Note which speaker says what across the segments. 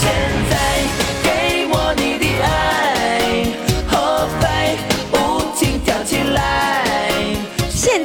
Speaker 1: 现在给我你的爱，后背不停跳起来。
Speaker 2: 现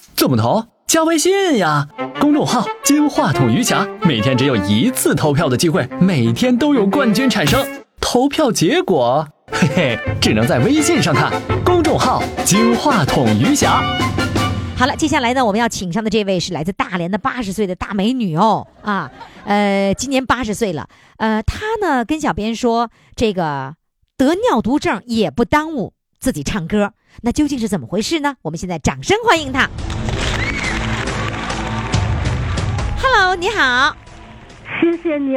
Speaker 3: 怎么投？加微信呀，公众号“金话筒余霞”，每天只有一次投票的机会，每天都有冠军产生。投票结果，嘿嘿，只能在微信上看。公众号“金话筒余霞
Speaker 2: 好了，接下来呢，我们要请上的这位是来自大连的八十岁的大美女哦啊，呃，今年八十岁了，呃，她呢跟小编说，这个得尿毒症也不耽误自己唱歌，那究竟是怎么回事呢？我们现在掌声欢迎她。Hello，你好，
Speaker 4: 谢谢你，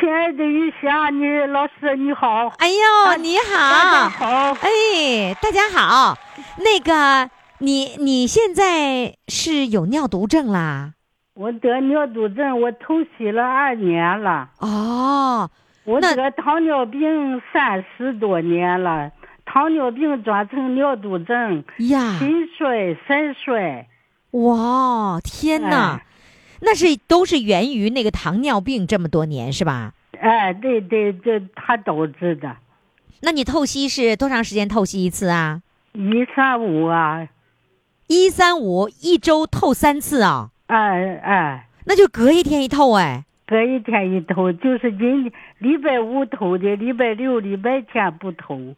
Speaker 4: 亲爱的玉霞，你老师你好，啊
Speaker 2: 哎呦，你
Speaker 4: 大家
Speaker 2: 好，
Speaker 4: 好，
Speaker 2: 哎，大家好，那个你你现在是有尿毒症啦？
Speaker 4: 我得尿毒症，我透析了二年了，
Speaker 2: 哦，
Speaker 4: 我
Speaker 2: 那
Speaker 4: 得糖尿病三十多年了，糖尿病转成尿毒症，
Speaker 2: 呀。
Speaker 4: 心衰、肾衰，
Speaker 2: 哇，天哪！
Speaker 4: 哎
Speaker 2: 那是都是源于那个糖尿病这么多年是吧？
Speaker 4: 哎，对对，这他导致的，
Speaker 2: 那你透析是多长时间透析一次啊？
Speaker 4: 一三五啊，
Speaker 2: 一三五一周透三次啊、
Speaker 4: 哎哎，
Speaker 2: 那就隔一天一透哎。
Speaker 4: 隔一天一头，就是今礼拜五头的，礼拜六、礼拜天不头。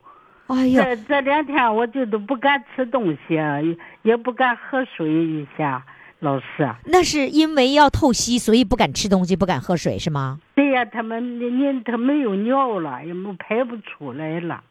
Speaker 2: 哎呦，
Speaker 4: 这这两天我就都不敢吃东西，啊也也不敢喝水一下。老师，啊
Speaker 2: 那是因为要透析，所以不敢吃东西，不敢喝水是吗？
Speaker 4: 对呀，他们人他没有尿了，也没排不出来了。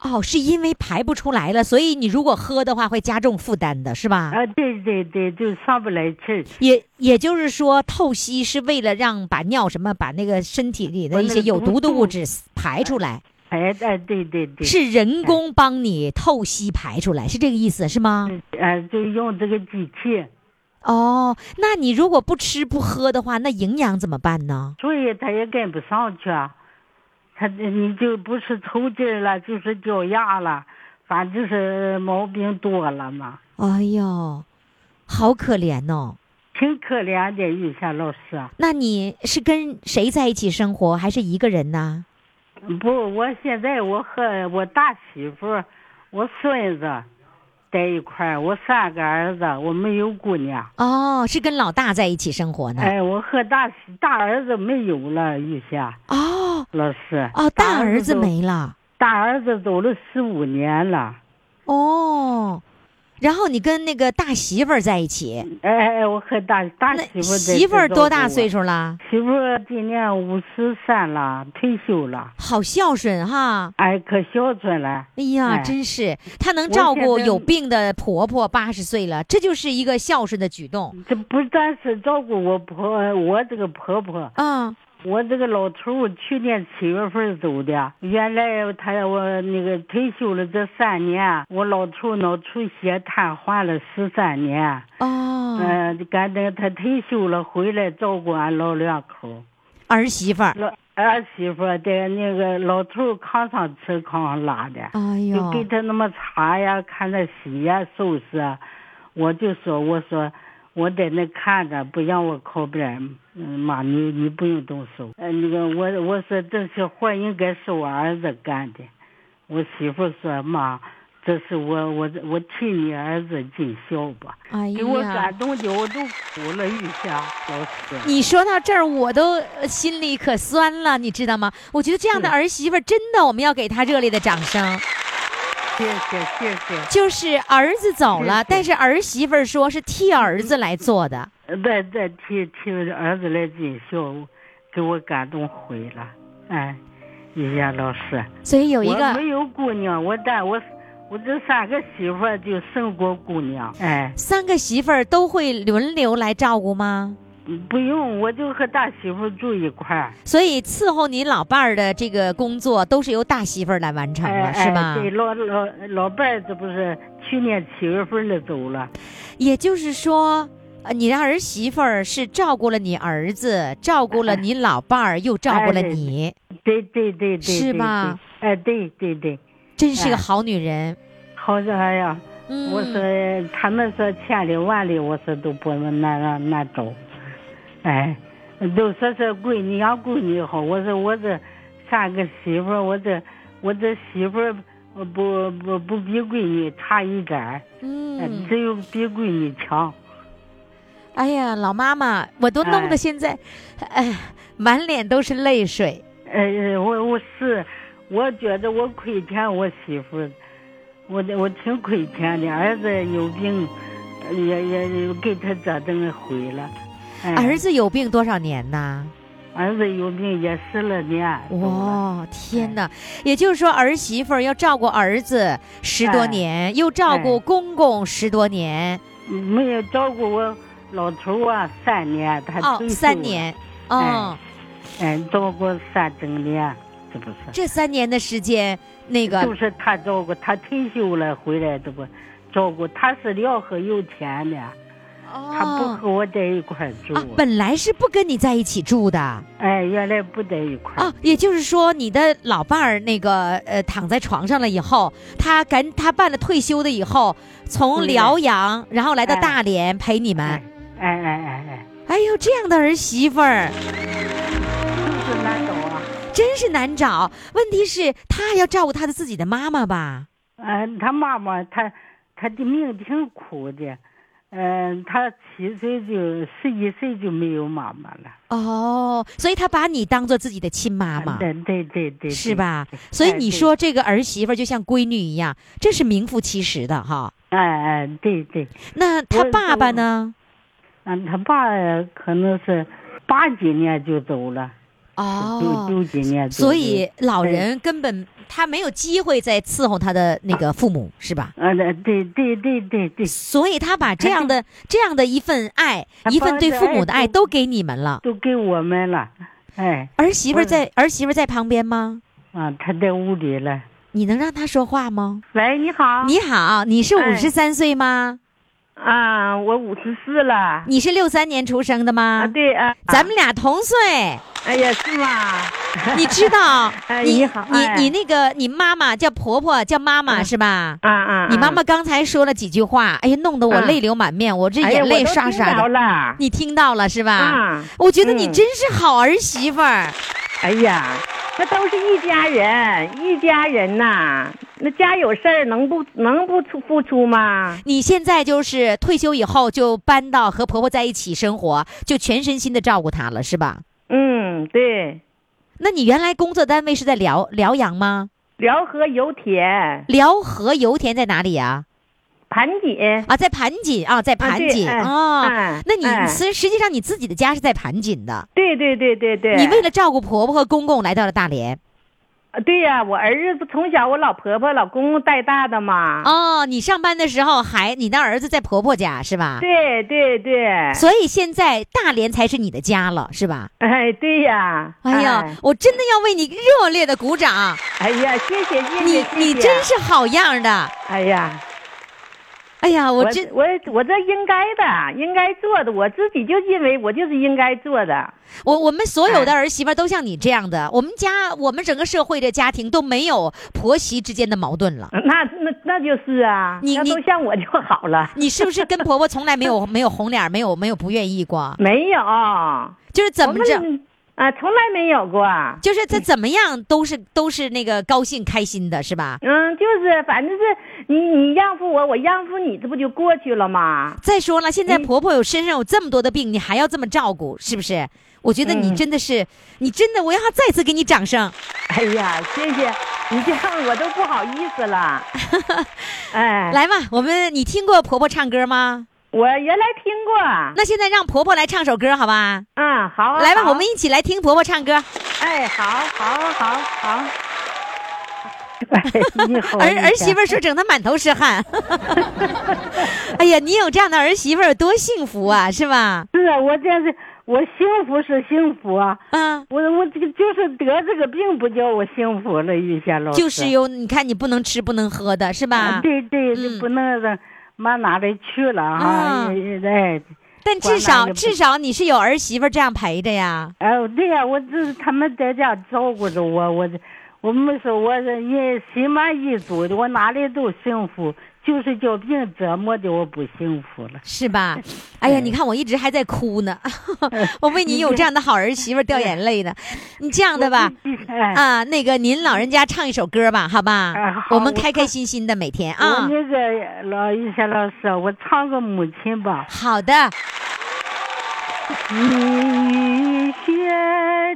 Speaker 2: 哦，是因为排不出来了，所以你如果喝的话会加重负担的是吧？
Speaker 4: 啊，对对对，就上不来气儿。
Speaker 2: 也也就是说，透析是为了让把尿什么把那个身体里的
Speaker 4: 把
Speaker 2: 一
Speaker 4: 那
Speaker 2: 些
Speaker 4: 个
Speaker 2: 有
Speaker 4: 毒
Speaker 2: 毒的物
Speaker 4: 素
Speaker 2: 质排出来。
Speaker 4: 哎哎，对对对，
Speaker 2: 是人工帮你透析排出来，是这个意思是吗？
Speaker 4: 哎，就用这个机器，
Speaker 2: 哦，那你如果不吃不喝的话，那营养怎么办呢？
Speaker 4: 所以他也跟不上去啊。他你就不是抽筋儿了，就是掉牙了，反正是毛病多了嘛，
Speaker 2: 哎呦，好可怜哦。
Speaker 4: 挺可怜的。玉霞老师，啊
Speaker 2: 那你是跟谁在一起生活，还是一个人呢？
Speaker 4: 不，我现在我和我大媳妇儿、我孙子在一块儿，我三个儿子，我没有姑娘。
Speaker 2: 哦，是跟老大在一起生活呢。
Speaker 4: 哎，我和大媳大儿子没有了，玉霞
Speaker 2: 哦
Speaker 4: 老师。
Speaker 2: 哦，大儿子
Speaker 4: 都，
Speaker 2: 没了。
Speaker 4: 大儿子走了十五年了。
Speaker 2: 哦，然后你跟那个大媳妇儿在一起，
Speaker 4: 哎哎，哎我和大大媳
Speaker 2: 那
Speaker 4: 妇在
Speaker 2: 媳妇儿多大岁
Speaker 4: 数？
Speaker 2: 数啦？
Speaker 4: 媳妇儿今年五十三了，退休了。
Speaker 2: 好孝顺哈。
Speaker 4: 哎，可孝顺了。
Speaker 2: 哎呀，
Speaker 4: 哎
Speaker 2: 真是她能
Speaker 4: 我
Speaker 2: 照顾
Speaker 4: 觉得
Speaker 2: 有病的婆婆，八十岁了，这就是一个孝顺的举动
Speaker 4: 这不但是照顾我婆，呃我这个婆婆，
Speaker 2: 啊！
Speaker 4: 我这个老头儿去年七月份走的，原来他我那个退休了这三年，我老头儿脑出血瘫痪了十三年，嗯、
Speaker 2: 哦，
Speaker 4: 呃，赶等他退休了回来照顾俺老两口，
Speaker 2: 儿媳妇儿，
Speaker 4: 老儿媳妇儿在那个老头儿炕上吃炕上拉的，
Speaker 2: 哎
Speaker 4: 就
Speaker 2: 呦，
Speaker 4: 给他那么擦呀、看他洗呀、收拾啊，我就说我说我在那看着，不让我靠边儿。嗯，妈，你你不用动手。呃，那个我我说这些活儿应该是我儿子干的，我媳妇说妈，这是我我我替你儿子尽孝吧，
Speaker 2: 哎
Speaker 4: 给我
Speaker 2: 呀，
Speaker 4: 感动的我都哭了一下，老师。
Speaker 2: 你说到这儿，我都呃心里可酸了，你知道吗？我觉得这样的
Speaker 4: 是
Speaker 2: 儿媳妇儿，真的我们要给她热烈的掌声。
Speaker 4: 谢谢谢谢，
Speaker 2: 就是儿子走了，
Speaker 4: 是是
Speaker 2: 但是儿媳妇儿说是替儿子来做的。
Speaker 4: 呃再再替替儿子来尽孝，给我感动毁了，哎，哎呀，老师，
Speaker 2: 所以有一
Speaker 4: 我
Speaker 2: 个
Speaker 4: 没有姑娘，我但我我这三个媳妇儿就胜过姑娘，哎，
Speaker 2: 三个媳妇儿都会轮流来照顾吗？
Speaker 4: 不用，我就和大媳妇住一块儿，
Speaker 2: 所以伺候你老伴儿的这个工作都是由大媳妇儿来完成
Speaker 4: 哎
Speaker 2: 了，是吧
Speaker 4: 哎？对，老老老伴儿这不是去年七月份的走了，
Speaker 2: 也就是说，呃，你的儿媳妇儿是照顾了你儿子，照顾了你老伴儿，又照顾了
Speaker 4: 哎对
Speaker 2: 你，
Speaker 4: 对对对对，对
Speaker 2: 是吧？
Speaker 4: 对哎，对对对，
Speaker 2: 真是个
Speaker 4: 哎
Speaker 2: 好女人。
Speaker 4: 好像哎呀。我
Speaker 2: 嗯，
Speaker 4: 说他们说千里万里，我说都不能那那那走，哎，都说是闺女养闺女好。我说我这三个媳妇儿，我这我这媳妇儿呃不不不比闺女差一点儿，哎
Speaker 2: 嗯，
Speaker 4: 只有比闺女强。
Speaker 2: 哎呀，老妈妈，我都弄得
Speaker 4: 哎
Speaker 2: 现在，哎，满脸都是泪水。
Speaker 4: 呃，我我是，我觉得我亏欠我媳妇儿，我的我挺亏欠的。儿子有病，也也也给他折腾毁了。哎
Speaker 2: 儿子有病多少年呐？
Speaker 4: 儿子有病也十了年，哇，
Speaker 2: 哇，天哪！也就是说，儿媳妇儿要照顾儿子十多
Speaker 4: 哎
Speaker 2: 年，又照顾
Speaker 4: 哎
Speaker 2: 公公十多年，
Speaker 4: 没有照顾我老头啊三年，他
Speaker 2: 哦
Speaker 4: 退，休
Speaker 2: 三
Speaker 4: 了，
Speaker 2: 年，哦，
Speaker 4: 哎，照顾三整年，这不是，
Speaker 2: 这三年的时间，那
Speaker 4: 都
Speaker 2: 个
Speaker 4: 是他照顾，他退休了回来这不照顾，他是聊和有钱的，他不
Speaker 2: 哦
Speaker 4: 和我在一块儿住，
Speaker 2: 啊，本来是不跟你在一起住的啊，
Speaker 4: 哎，原来不在一块儿，
Speaker 2: 也就是说，你的老伴儿那个呃躺在床上了以后，他赶他办了退休的以后，从
Speaker 4: 对的
Speaker 2: 辽阳然后来到
Speaker 4: 哎
Speaker 2: 大连陪你们
Speaker 4: 哎。哎哎哎哎，
Speaker 2: 哎呦，这样的儿媳妇儿。
Speaker 4: 就是难找啊，
Speaker 2: 真是难找。问题是，他要照顾他的自己的妈妈吧？
Speaker 4: 嗯，他妈妈，他他的命挺苦的，嗯、他七岁就十一岁就没有妈妈了，
Speaker 2: 哦，所以他把你当做自己的亲妈妈，
Speaker 4: 对对对对，
Speaker 2: 是？吧？所以你说这个儿媳妇儿就像闺女一样，这是名副其实的哈。
Speaker 4: 哎哎，对对，
Speaker 2: 啊那他
Speaker 4: 我
Speaker 2: 爸爸呢？
Speaker 4: 嗯，他爸可能是八几年就走了，九
Speaker 2: 哦，
Speaker 4: 九几年就走
Speaker 2: 所以，老人根本他没有机会再伺候他的那个父母，是吧？
Speaker 4: 嗯，对对对对对，
Speaker 2: 所以他把这样的这样的一份爱，
Speaker 4: 他
Speaker 2: 一份对
Speaker 4: 把
Speaker 2: 父
Speaker 4: 这
Speaker 2: 母
Speaker 4: 爱
Speaker 2: 的爱
Speaker 4: 都
Speaker 2: 都给你们了。
Speaker 4: 都给我们了，哎，
Speaker 2: 儿媳妇儿
Speaker 4: 我
Speaker 2: 在儿媳妇儿在旁边吗？
Speaker 4: 啊，他在屋里了。
Speaker 2: 你能让她说话吗？
Speaker 4: 喂，你好，
Speaker 2: 你好，你是五
Speaker 4: 哎
Speaker 2: 十三岁吗？
Speaker 4: 啊，我五十四了
Speaker 2: 你是六三年出生的吗？
Speaker 4: 啊，对啊，
Speaker 2: 咱们俩同岁，
Speaker 4: 哎呀，是吗？
Speaker 2: 你知道？
Speaker 4: 哎
Speaker 2: 你
Speaker 4: 你好哎
Speaker 2: 你你那个你妈妈叫婆婆叫妈妈是吧？
Speaker 4: 啊啊，
Speaker 2: 你妈妈刚才说了几句话，哎呀，弄得我
Speaker 4: 嗯
Speaker 2: 泪流满面，我这
Speaker 4: 哎呀
Speaker 2: 眼
Speaker 4: 我
Speaker 2: 泪
Speaker 4: 都
Speaker 2: 刷
Speaker 4: 听
Speaker 2: 刷
Speaker 4: 到
Speaker 2: 的。
Speaker 4: 了，
Speaker 2: 你听到了是吧？
Speaker 4: 啊，
Speaker 2: 我觉得你
Speaker 4: 嗯
Speaker 2: 真是好儿媳妇儿。
Speaker 4: 哎呀，
Speaker 5: 那都是一家人，一家人呐、那家有事儿能不能不出付出吗？
Speaker 2: 你现在就是退休以后就搬到和婆婆在一起生活，就全身心的照顾她了是吧？
Speaker 5: 嗯，对，
Speaker 2: 那你原来工作单位是在辽辽阳吗？
Speaker 5: 辽河油田
Speaker 2: 辽河油田在哪里呀、
Speaker 5: 盘锦，
Speaker 2: 啊，在盘锦啊，在盘锦
Speaker 5: 啊对哎
Speaker 2: 啊。
Speaker 5: 哎
Speaker 2: 那你
Speaker 5: 哎
Speaker 2: 实实际上你自己的家是在盘锦的，
Speaker 5: 对对对对对。
Speaker 2: 你为了照顾婆婆和公公来到了大连
Speaker 6: 啊
Speaker 5: 对呀、我儿子不从小我老婆婆老公公带大的嘛。
Speaker 2: 哦。你上班的时候还你那儿子在婆婆家是吧？
Speaker 5: 对对对，
Speaker 2: 啊所以现在大连才是你的家了是吧？
Speaker 5: 哎，对呀、
Speaker 2: 哎呀，我真的要为你热烈的鼓掌，
Speaker 5: 哎呀，谢谢谢谢
Speaker 2: 你
Speaker 5: 谢谢
Speaker 2: 你真是好样的。
Speaker 5: 哎呀，
Speaker 2: 哎呀，我
Speaker 5: 我
Speaker 2: 真
Speaker 5: 我我这应该的，应该做的，我自己就认为我就是应该做的。哎
Speaker 2: 我我们所有的儿媳妇儿都像你这样的，我们家我们整个社会的家庭都没有婆媳之间的矛盾了。
Speaker 5: 那那那就是啊，
Speaker 2: 你
Speaker 5: 那
Speaker 2: 你
Speaker 5: 都像我就好了，
Speaker 2: 你是不是跟婆婆从来没有 没有红脸儿，没有没有不愿意过？
Speaker 5: 没有，
Speaker 2: 就是怎么
Speaker 5: 我
Speaker 2: 着，
Speaker 5: 们啊，从来没有过。
Speaker 2: 就是她怎么样都是都是那个高兴开心的，是吧？
Speaker 5: 嗯，就是反正是你你让付我，我让付你，这不就过去了吗？嗯
Speaker 2: 再说了，现在婆婆有身上有这么多的病，你还要这么照顾，是不是？我觉得你真的是，你真的，我要再次给你掌声。
Speaker 5: 嗯哎呀，谢谢，你这样我都不好意思了。 哎，
Speaker 2: 来吧，我们你听过婆婆唱歌吗？
Speaker 5: 我原来听过，
Speaker 2: 那现在让婆婆来唱首歌，好吧？
Speaker 5: 嗯，好啊，
Speaker 2: 来吧，
Speaker 5: 好
Speaker 2: 我们一起来听婆婆唱歌。
Speaker 5: 哎，好，好， 哎好，好，
Speaker 7: 以后
Speaker 2: 儿儿媳妇儿说整的满头是 汗。哎呀，你有这样的儿媳妇儿多幸福啊，是吧？
Speaker 7: 是啊，我这是我幸福是幸福啊，
Speaker 2: 嗯，
Speaker 7: 我我这个就是得这个病不叫我幸福了，玉霞老师
Speaker 2: 就是有你看你不能吃不能喝的是吧？
Speaker 7: 啊，对对，
Speaker 2: 嗯
Speaker 7: 就不能让妈哪里去了啊，
Speaker 2: 啊
Speaker 7: 哎哎。
Speaker 2: 但至
Speaker 7: 管哪
Speaker 2: 少
Speaker 7: 个不
Speaker 2: 至少你是有儿媳妇儿这样陪着呀。
Speaker 7: 哎，对呀、我这是他们在家照顾着我，我这我没说我是一心满意足的，我哪里都幸福，就是叫病折磨的我不幸福了。
Speaker 2: 是吧？哎呀，你看我一直还在哭呢， 我为你有这样的好儿媳妇儿掉眼泪呢。你这样的吧，
Speaker 7: 哎，
Speaker 2: 啊，那个您老人家唱一首歌吧，好吧
Speaker 7: 哎？好
Speaker 2: 我们
Speaker 7: 我
Speaker 2: 开开心心的每天
Speaker 7: 我
Speaker 2: 啊。
Speaker 7: 那个老玉霞老师，啊我唱个母亲吧。
Speaker 2: 好的，
Speaker 7: 你写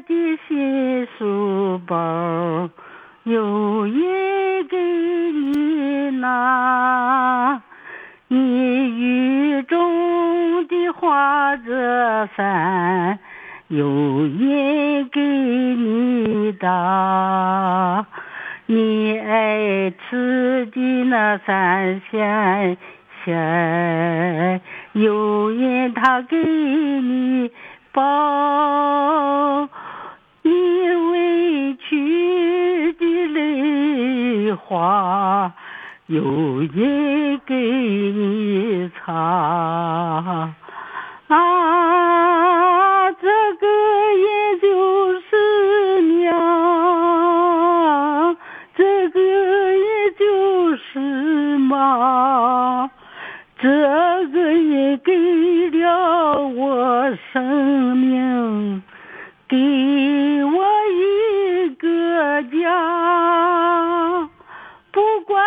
Speaker 7: 的新书包，有人给你拿。你雨中的花折伞，有人给你打。你爱吃的那三鲜鲜，有人他给你包，你委屈的泪花，有人给你擦。啊，这个也就是娘，这个也就是妈，这个也给了我生命，给我一个家。不管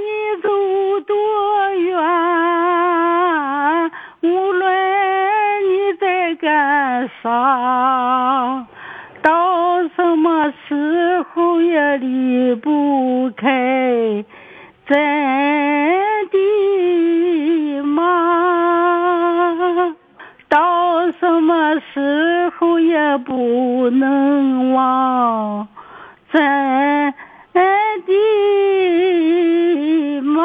Speaker 7: 你走多远，无论你在干啥，到什么时候也离不开咱的妈。到什么时候也不能忘咱的妈。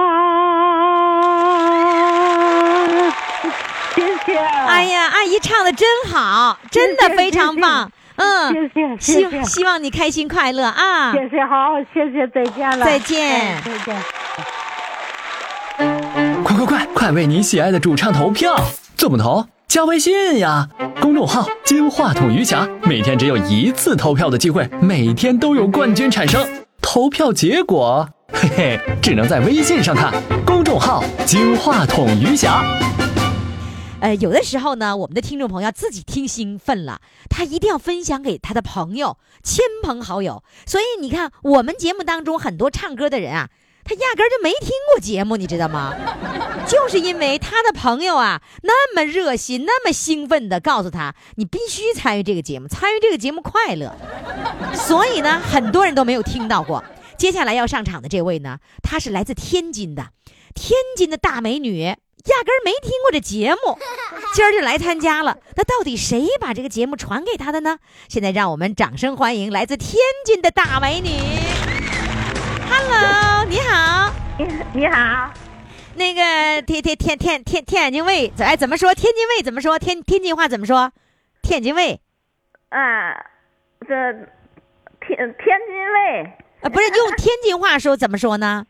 Speaker 7: 谢谢。啊
Speaker 2: 哎呀，阿姨唱的真好，真的
Speaker 7: 谢谢
Speaker 2: 非常棒。嗯，
Speaker 7: 谢谢谢
Speaker 2: 希
Speaker 7: 谢
Speaker 2: 希望你开心快乐啊！
Speaker 7: 谢谢，好，谢谢，再见了，
Speaker 2: 再见
Speaker 7: 哎再见。
Speaker 3: 快快快，快为你喜爱的主唱投票！怎么投？加微信呀，公众号“金话筒余霞”，每天只有一次投票的机会，每天都有冠军产生。投票结果，嘿嘿，只能在微信上看。公众号“金话筒余霞”。
Speaker 2: 呃，有的时候呢，我们的听众朋友自己听兴奋了，他一定要分享给他的朋友、亲朋好友。所以你看，我们节目当中很多唱歌的人啊，他压根儿就没听过节目，你知道吗？ 就是因为他的朋友啊，那么热心、那么兴奋的告诉他，你必须参与这个节目，参与这个节目快乐。所以呢，很多人都没有听到过。接下来要上场的这位呢，她是来自天津的，天津的大美女，压根儿没听过这节 目，今儿就来参加了。那到底谁把这个节目传给她的呢？现在让我们掌声欢迎来自天津的大美女。Hello，你好，
Speaker 5: 你好，
Speaker 2: 那个天天天天天天眼镜卫，哎，怎么说？天津卫怎么说？天天津话怎么说？天眼镜卫
Speaker 5: 嗯、这天天津卫，
Speaker 2: 啊，不是用天津话说怎么说呢？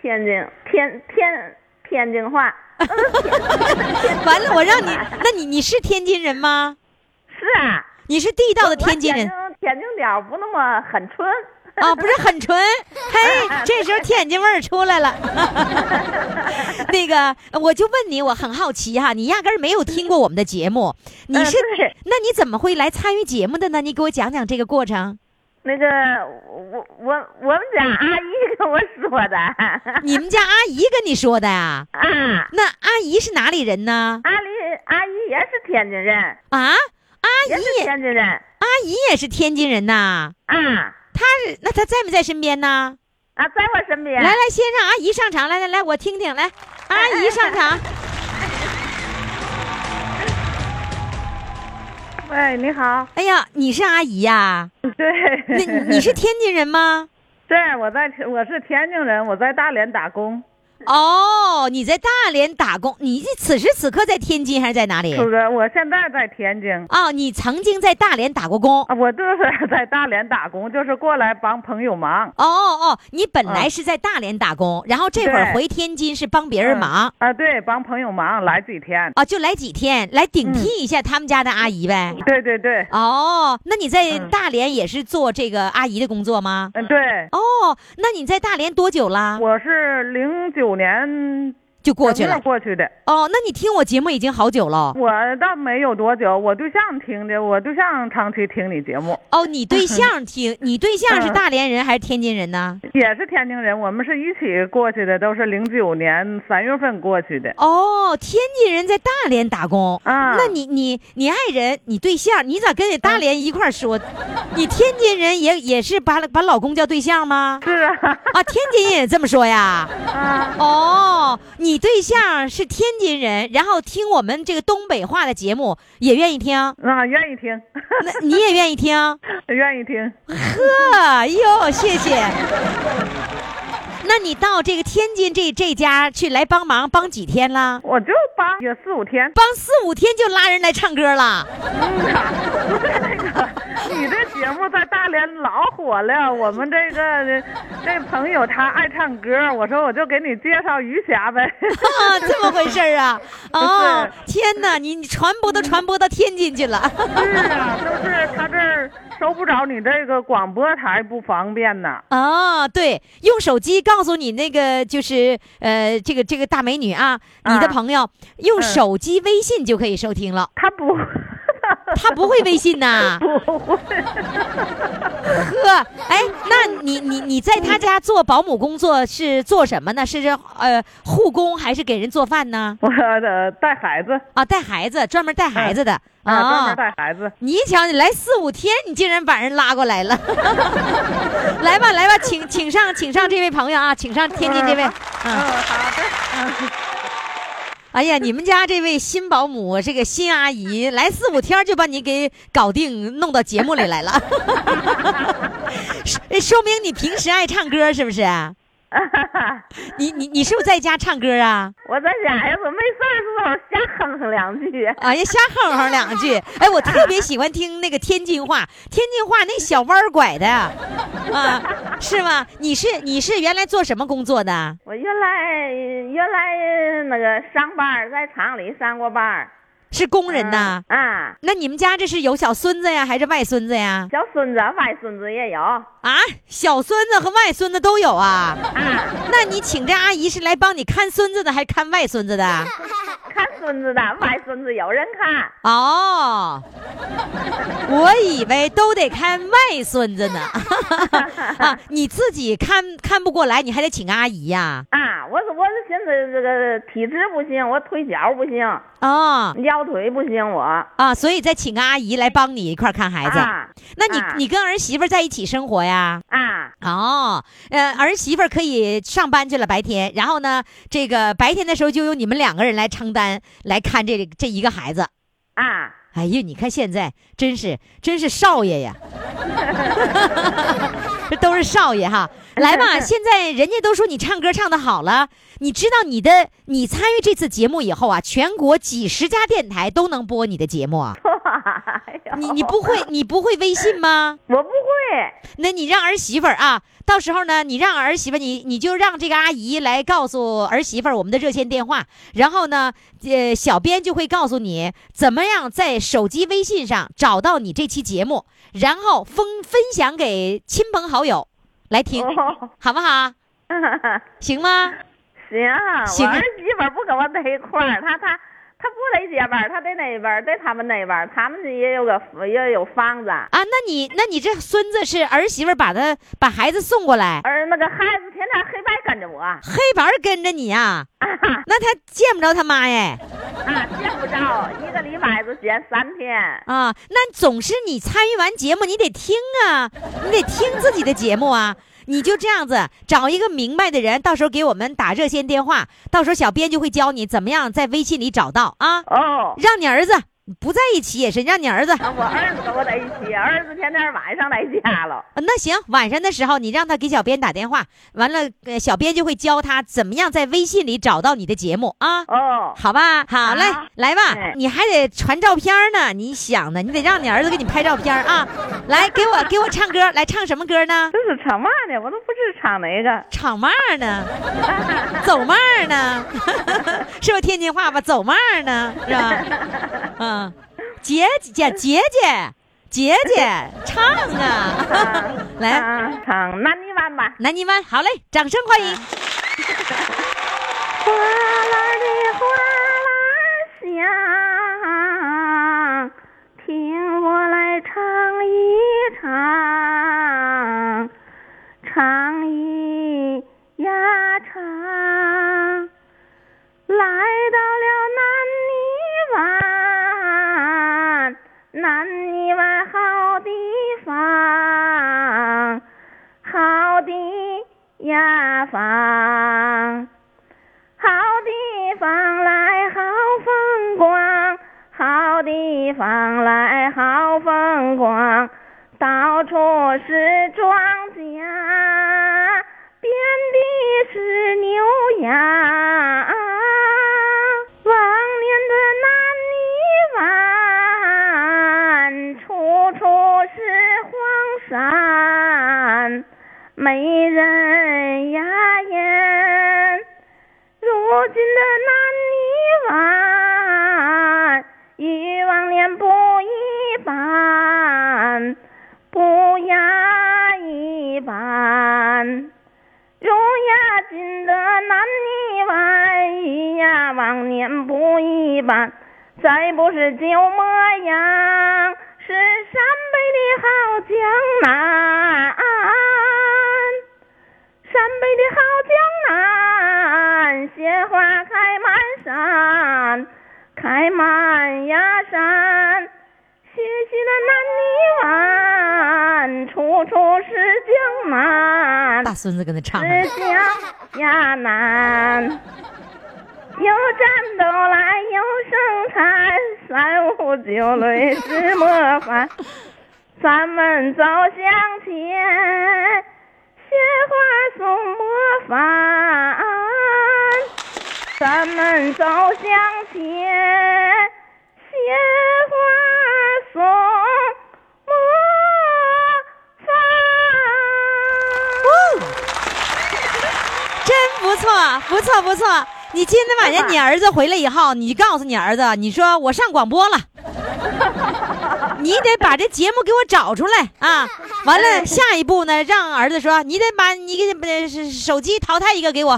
Speaker 5: 天津天天天津话，
Speaker 2: 完了，我让 你，那你你是天津人吗？
Speaker 5: 是啊，
Speaker 2: 嗯你是地道的天津人
Speaker 5: 我天津天津调不那么很纯，
Speaker 2: 啊、不是很 纯。嘿，这时候天津味儿出来了。 那个，我就问你，我很好奇哈，你压根儿没有听过我们的节目，你是
Speaker 5: 嗯对
Speaker 2: 那你怎么会来参与节目的呢？你给我讲讲这个过程。
Speaker 6: 那个我我我们家阿姨跟我说 的，啊，
Speaker 2: 你们家阿姨跟你说的呀？
Speaker 5: 啊
Speaker 2: 那阿姨是哪里人呢？
Speaker 6: 阿姨阿姨也是天津人，
Speaker 2: 啊，阿
Speaker 6: 也
Speaker 2: 姨
Speaker 6: 是
Speaker 2: 也
Speaker 6: 天津人，
Speaker 2: 阿姨也是天津人呐。
Speaker 6: 啊
Speaker 2: 她是那她在没在身边呢？
Speaker 6: 啊，在我身边
Speaker 2: 来，来，先让阿姨上场，来来来，我听听，来，阿姨上场。
Speaker 6: 喂，你好，
Speaker 2: 哎呀，你是阿姨呀、那
Speaker 6: 对，
Speaker 2: 你你是天津人吗？
Speaker 6: 对，我在我是天津人，我在大连打工，
Speaker 2: 哦，你在大连打工，你这此时此刻在天津还是在哪里
Speaker 6: 是？不是？我现在在天津，
Speaker 2: 哦，你曾经在大连打过工。哦
Speaker 6: 啊，我就是在大连打工，就是过来帮朋友忙。嗯
Speaker 2: 哦哦，你本来
Speaker 6: 啊
Speaker 2: 是在大连打工，然后这会儿
Speaker 6: 对
Speaker 2: 回天津是帮别人忙。
Speaker 6: 啊，对，帮朋友忙来几天。嗯
Speaker 2: 哦，就来几天，来顶替一下他们家的阿姨呗。
Speaker 6: 对对对，
Speaker 2: 哦，那你在
Speaker 6: 嗯
Speaker 2: 大连也是做这个阿姨的工作吗？
Speaker 6: 嗯，对，
Speaker 2: 哦，那你在大连多久啦？
Speaker 6: 我是零九年
Speaker 2: 就过去
Speaker 6: 整个
Speaker 2: 了。
Speaker 6: 过去的。
Speaker 2: 哦，那你听我节目已经好久了。
Speaker 6: 我倒没有多久，我对象听的，我对象长期听你节目，
Speaker 2: 哦，你对象听，你对象是
Speaker 6: 嗯
Speaker 2: 大连人还是天津人呢？
Speaker 6: 也是天津人，我们是一起过去的，都是零九年三月份过去的。
Speaker 2: 哦，天津人在大连打工。
Speaker 6: 啊
Speaker 2: 那你你你爱人，你对象，你咋跟你大连一块儿说？你天津人也也是把把老公叫对象吗？
Speaker 6: 是啊，
Speaker 2: 啊，天津人也这么说呀？
Speaker 6: 啊，
Speaker 2: 哦，你对象是天津人，然后听我们这个东北话的节目也愿意听，
Speaker 6: 啊，愿意听，
Speaker 2: 那你也愿意听？
Speaker 6: 愿意听。
Speaker 2: 呵哟，谢谢。那你到这个天津这这家去来帮忙，帮几天啦？
Speaker 6: 我就帮也四五天。
Speaker 2: 帮四五天就拉人来唱歌了。
Speaker 6: 你这节目在大连老火了，我们这个这朋友他爱唱歌，我说我就给你介绍余霞呗。
Speaker 2: 啊，这么回事儿 啊！哦，天哪，你你传播都传播到天津去了。
Speaker 6: 是啊，就是他这儿收不着你这个广播台不方便呐。
Speaker 2: 啊，对，用手机告诉你那个就是呃，这个这个大美女啊，
Speaker 6: 啊
Speaker 2: 你的朋友用手机微信就可以收听了。
Speaker 6: 嗯他不，，
Speaker 2: 他不会微信呐
Speaker 6: 不会，
Speaker 2: 呵，哎，那你你你在他家做保姆工作是做什么呢？是这呃护工还是给人做饭呢？
Speaker 6: 我的带孩子
Speaker 2: 啊，带孩子，专门带孩子的
Speaker 6: 啊，专
Speaker 2: 啊
Speaker 6: 门。带孩子。
Speaker 2: 你一瞧，你来四五天，你竟然把人拉过来了。 来吧，来吧，请请上，请上这位朋友啊，请上天津这位。
Speaker 6: 嗯，
Speaker 2: 嗯，
Speaker 6: 好的，
Speaker 2: 哎呀，你们家这位新保姆，这个新阿姨，来四五天就把你给搞定，弄到节目里来了。 说说明你平时爱唱歌是不是？
Speaker 6: 哎
Speaker 2: 你你你是不是在家唱歌啊？
Speaker 6: 我在家呀，我没事儿的时候瞎哼哼两句。
Speaker 2: 哎呀，瞎哼哼两句。哎，我特别喜欢听那个天津话，天津话那小弯儿拐的，啊，是吗？你是你是原来做什么工作的？
Speaker 6: 我原来原来那个上班儿在厂里上过班儿，
Speaker 2: 是工人呐？
Speaker 6: 嗯啊，
Speaker 2: 那你们家这是有小孙子呀，还是外孙子呀？
Speaker 6: 小孙子、外孙子也有啊，
Speaker 2: 啊，小孙子和外孙子都有啊？
Speaker 6: 嗯
Speaker 2: 那你请这阿姨是来帮你看孙子的，还是看外孙子的？
Speaker 6: 看孙子的、外孙子有人看，
Speaker 2: 哦，我以为都得看外 孙子呢。啊，你自己看看不过来，你还得请阿姨呀、
Speaker 6: 啊，我是我是寻思这个体质不行，我腿脚不行，
Speaker 2: 哦，
Speaker 6: 腰腿不行我，
Speaker 2: 啊，所以再请个阿姨来帮你一块儿看孩子。
Speaker 6: 啊
Speaker 2: 那你、
Speaker 6: 啊
Speaker 2: 你跟儿媳妇儿在一起生活呀？
Speaker 6: 啊
Speaker 2: 哦，呃，儿媳妇儿可以上班去了白天，然后呢，这个白天的时候就由你们两个人来承担来看这这一个孩子。
Speaker 6: 啊，
Speaker 2: 哎呀，你看现在真是真是少爷呀，这都是少爷哈。来吧，现在人家都说你唱歌唱的好了，你知道你的你参与这次节目以后啊，全国几十家电台都能播你的节目啊。
Speaker 6: 哎 呦
Speaker 2: 你你不会你不会微信吗？
Speaker 6: 我不会，
Speaker 2: 那你让儿媳妇儿啊，到时候呢，你让儿媳妇儿，你你就让这个阿姨来告诉儿媳妇儿我们的热线电话，然后呢，呃，小编就会告诉你怎么样在手机微信上找到你这期节目，然后分分享给亲朋好友来听，
Speaker 6: 哦
Speaker 2: 好不 好？行吗？
Speaker 6: 行，
Speaker 2: 行
Speaker 6: 我儿媳妇儿不跟我在一块儿，她她他不在街边儿，他在那边儿，在他们那边儿，他们也有个也有房子。
Speaker 2: 啊，那你那你这孙子是儿媳妇儿把他把孩子送过来，
Speaker 6: 而那个孩子天天黑白跟着我，啊，
Speaker 2: 黑白儿跟着你呀、那他见不着他妈哎
Speaker 6: 见不着，一个礼拜只见三天。
Speaker 2: 啊，那总是你参与完节目，你得听啊，你得听自己的节目啊。你就这样子找一个明白的人，到时候给我们打热线电话，到时候小编就会教你怎么样在微信里找到啊。
Speaker 6: 哦，
Speaker 2: 让你儿子不在一起也是让你儿子。
Speaker 5: 啊
Speaker 6: 那我儿子跟我在一起，儿子天天晚上来家了。
Speaker 2: 呃那行，晚上的时候你让他给小编打电话，完了，呃小编就会教他怎么样在微信里找到你的节目啊。
Speaker 6: 哦，
Speaker 2: 好吧，好嘞，
Speaker 6: 好
Speaker 2: 来吧
Speaker 6: 哎，
Speaker 2: 你还得传照片呢。你想呢？你得让你儿子给你拍照 片啊！来，给我给我唱歌，来唱什么歌呢？
Speaker 6: 这是唱嘛呢？我都不知唱哪个。
Speaker 2: 唱嘛 呢？走嘛呢？ 是不是天津话吧？走嘛呢？是 吧？嗯，姐姐姐姐姐 姐唱啊！来，
Speaker 6: 唱唱南泥湾吧。
Speaker 2: 南泥湾，好嘞，掌声欢迎。
Speaker 6: 花篮的花篮香，听我来唱一唱，唱一呀唱。来到了南泥湾，南泥湾好地方，好地呀方。好地方来好风光，好地方来好风光，到处是庄稼，遍地是牛羊。往年的南泥湾，处处是荒山，没人呀烟。如今的南泥湾与往年不一般，不呀一般。如呀今的南泥湾与呀往年不一般，再不是旧模样，是陕北的好江南。陕北的好江南，鲜花开满山，开满呀山。学习的南泥湾，处处是江南，
Speaker 2: 大孙子跟他唱上了。
Speaker 6: 是江呀南。有战斗来，有生产，三五九类是模 范。咱们走向前，鲜花送模范。咱们走向前，鲜花送模范。
Speaker 2: 真不错，不错，不错。你今天晚上你儿子回来以后，你告诉你儿子，你说我上广播了， 你得把这节目给我找出来啊！完了，下一步呢，让儿子说，你得把你给呃手手机淘汰一个给我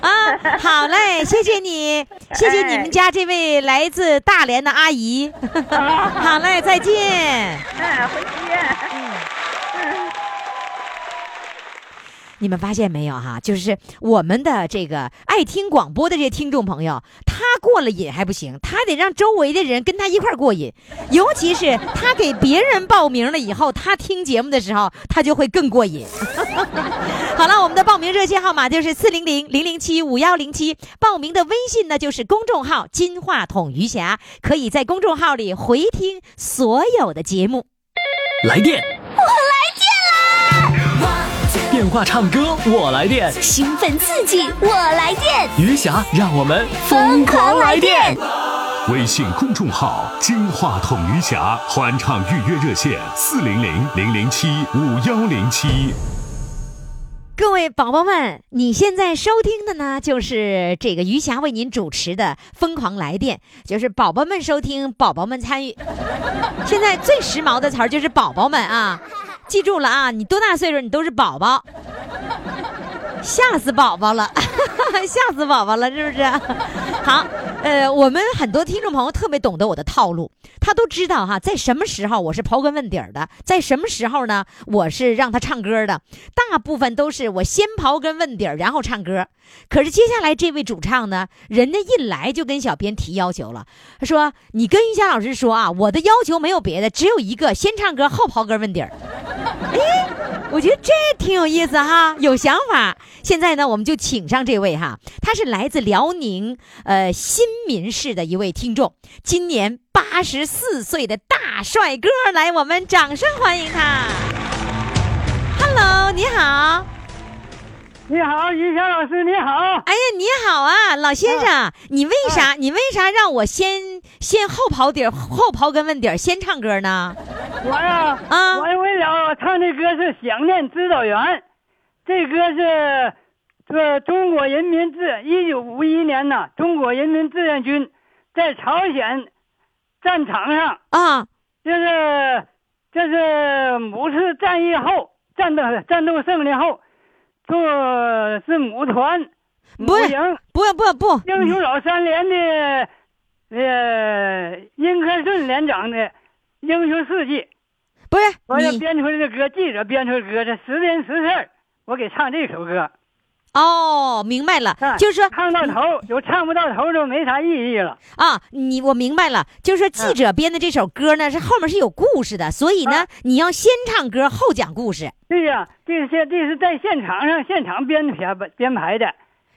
Speaker 2: 啊！好嘞，谢谢你，谢谢你们家这位来自大连的阿姨。 好嘞，再见。
Speaker 6: 哎，回去。
Speaker 7: 嗯
Speaker 2: 你们发现没有哈、就是我们的这个爱听广播的这些听众朋友，他过了瘾还不行，他得让周围的人跟他一块儿过瘾。尤其是他给别人报名了以后，他听节目的时候，他就会更过瘾。 好了，我们的报名热线号码就是四零零零零七五幺零七，报名的微信呢就是公众号“金话筒余霞”，可以在公众号里回听所有的节目。
Speaker 3: 来电，我来电啦！电话唱歌，我来电。
Speaker 8: 兴奋刺激，我来电，
Speaker 3: 余霞，让我们
Speaker 8: 疯狂来电！
Speaker 9: 微信公众号“金话筒余霞”欢唱预约热线：四零零零零七五幺零七。
Speaker 2: 各位宝宝们，你现在收听的呢，就是这个余霞为您主持的《疯狂来电》，就是宝宝们收听，宝宝们参与。 现在最时髦的词儿就是“宝宝们”啊，记住了啊，你多大岁数，你都是宝宝。吓死宝宝了， 吓死宝宝了，是不是？好，呃，我们很多听众朋友特别懂得我的套路，他都知道哈，在什么时候我是刨根问底儿的，在什么时候呢，我是让他唱歌的，大部分都是我先刨根问底儿，然后唱歌。可是接下来这位主唱呢，人家一来就跟小编提要求了，他说：“你跟于霞老师说啊，我的要求没有别的，只有一个，先唱歌后刨根问底儿。”哎我觉得这挺有意思哈，有想法。现在呢，我们就请上这位哈，他是来自辽宁呃新民市的一位听众，今年八十四岁的大帅哥，来，我们掌声欢迎他。Hello，你好。
Speaker 10: 你好，于霞老师，你好。
Speaker 2: 哎哎呀，你好啊，老先生，你为啥、你为啥让我先先后刨底儿后刨根问底儿先唱歌呢？
Speaker 10: 我呀，
Speaker 2: 啊
Speaker 10: 我为了唱这歌是《想念指导员》，这歌是这中国人民志一九五一年呐，中国人民志愿军在朝鲜战场上，
Speaker 2: 啊，
Speaker 10: 就是就是母次战役后战斗战斗胜利后，就是母团母
Speaker 2: 不是
Speaker 10: 营
Speaker 2: 不不不，
Speaker 10: 英雄老三连的呃英科顺连长的英雄事迹。
Speaker 2: 不
Speaker 10: 我
Speaker 2: 是
Speaker 10: 要
Speaker 2: 你
Speaker 10: 编出来的歌，记者编出来的歌，这十真实事儿我给唱这首歌，
Speaker 2: 哦，明白了，
Speaker 10: 啊
Speaker 2: 就是说
Speaker 10: 唱到头，有唱不到头就没啥意义了。嗯
Speaker 2: 啊，你我明白了，就是说记者编的这首歌呢，是后面是有故事的，所以呢，你要先唱歌后讲故事，
Speaker 10: 对呀，这是这是在现场上现场编排编排的，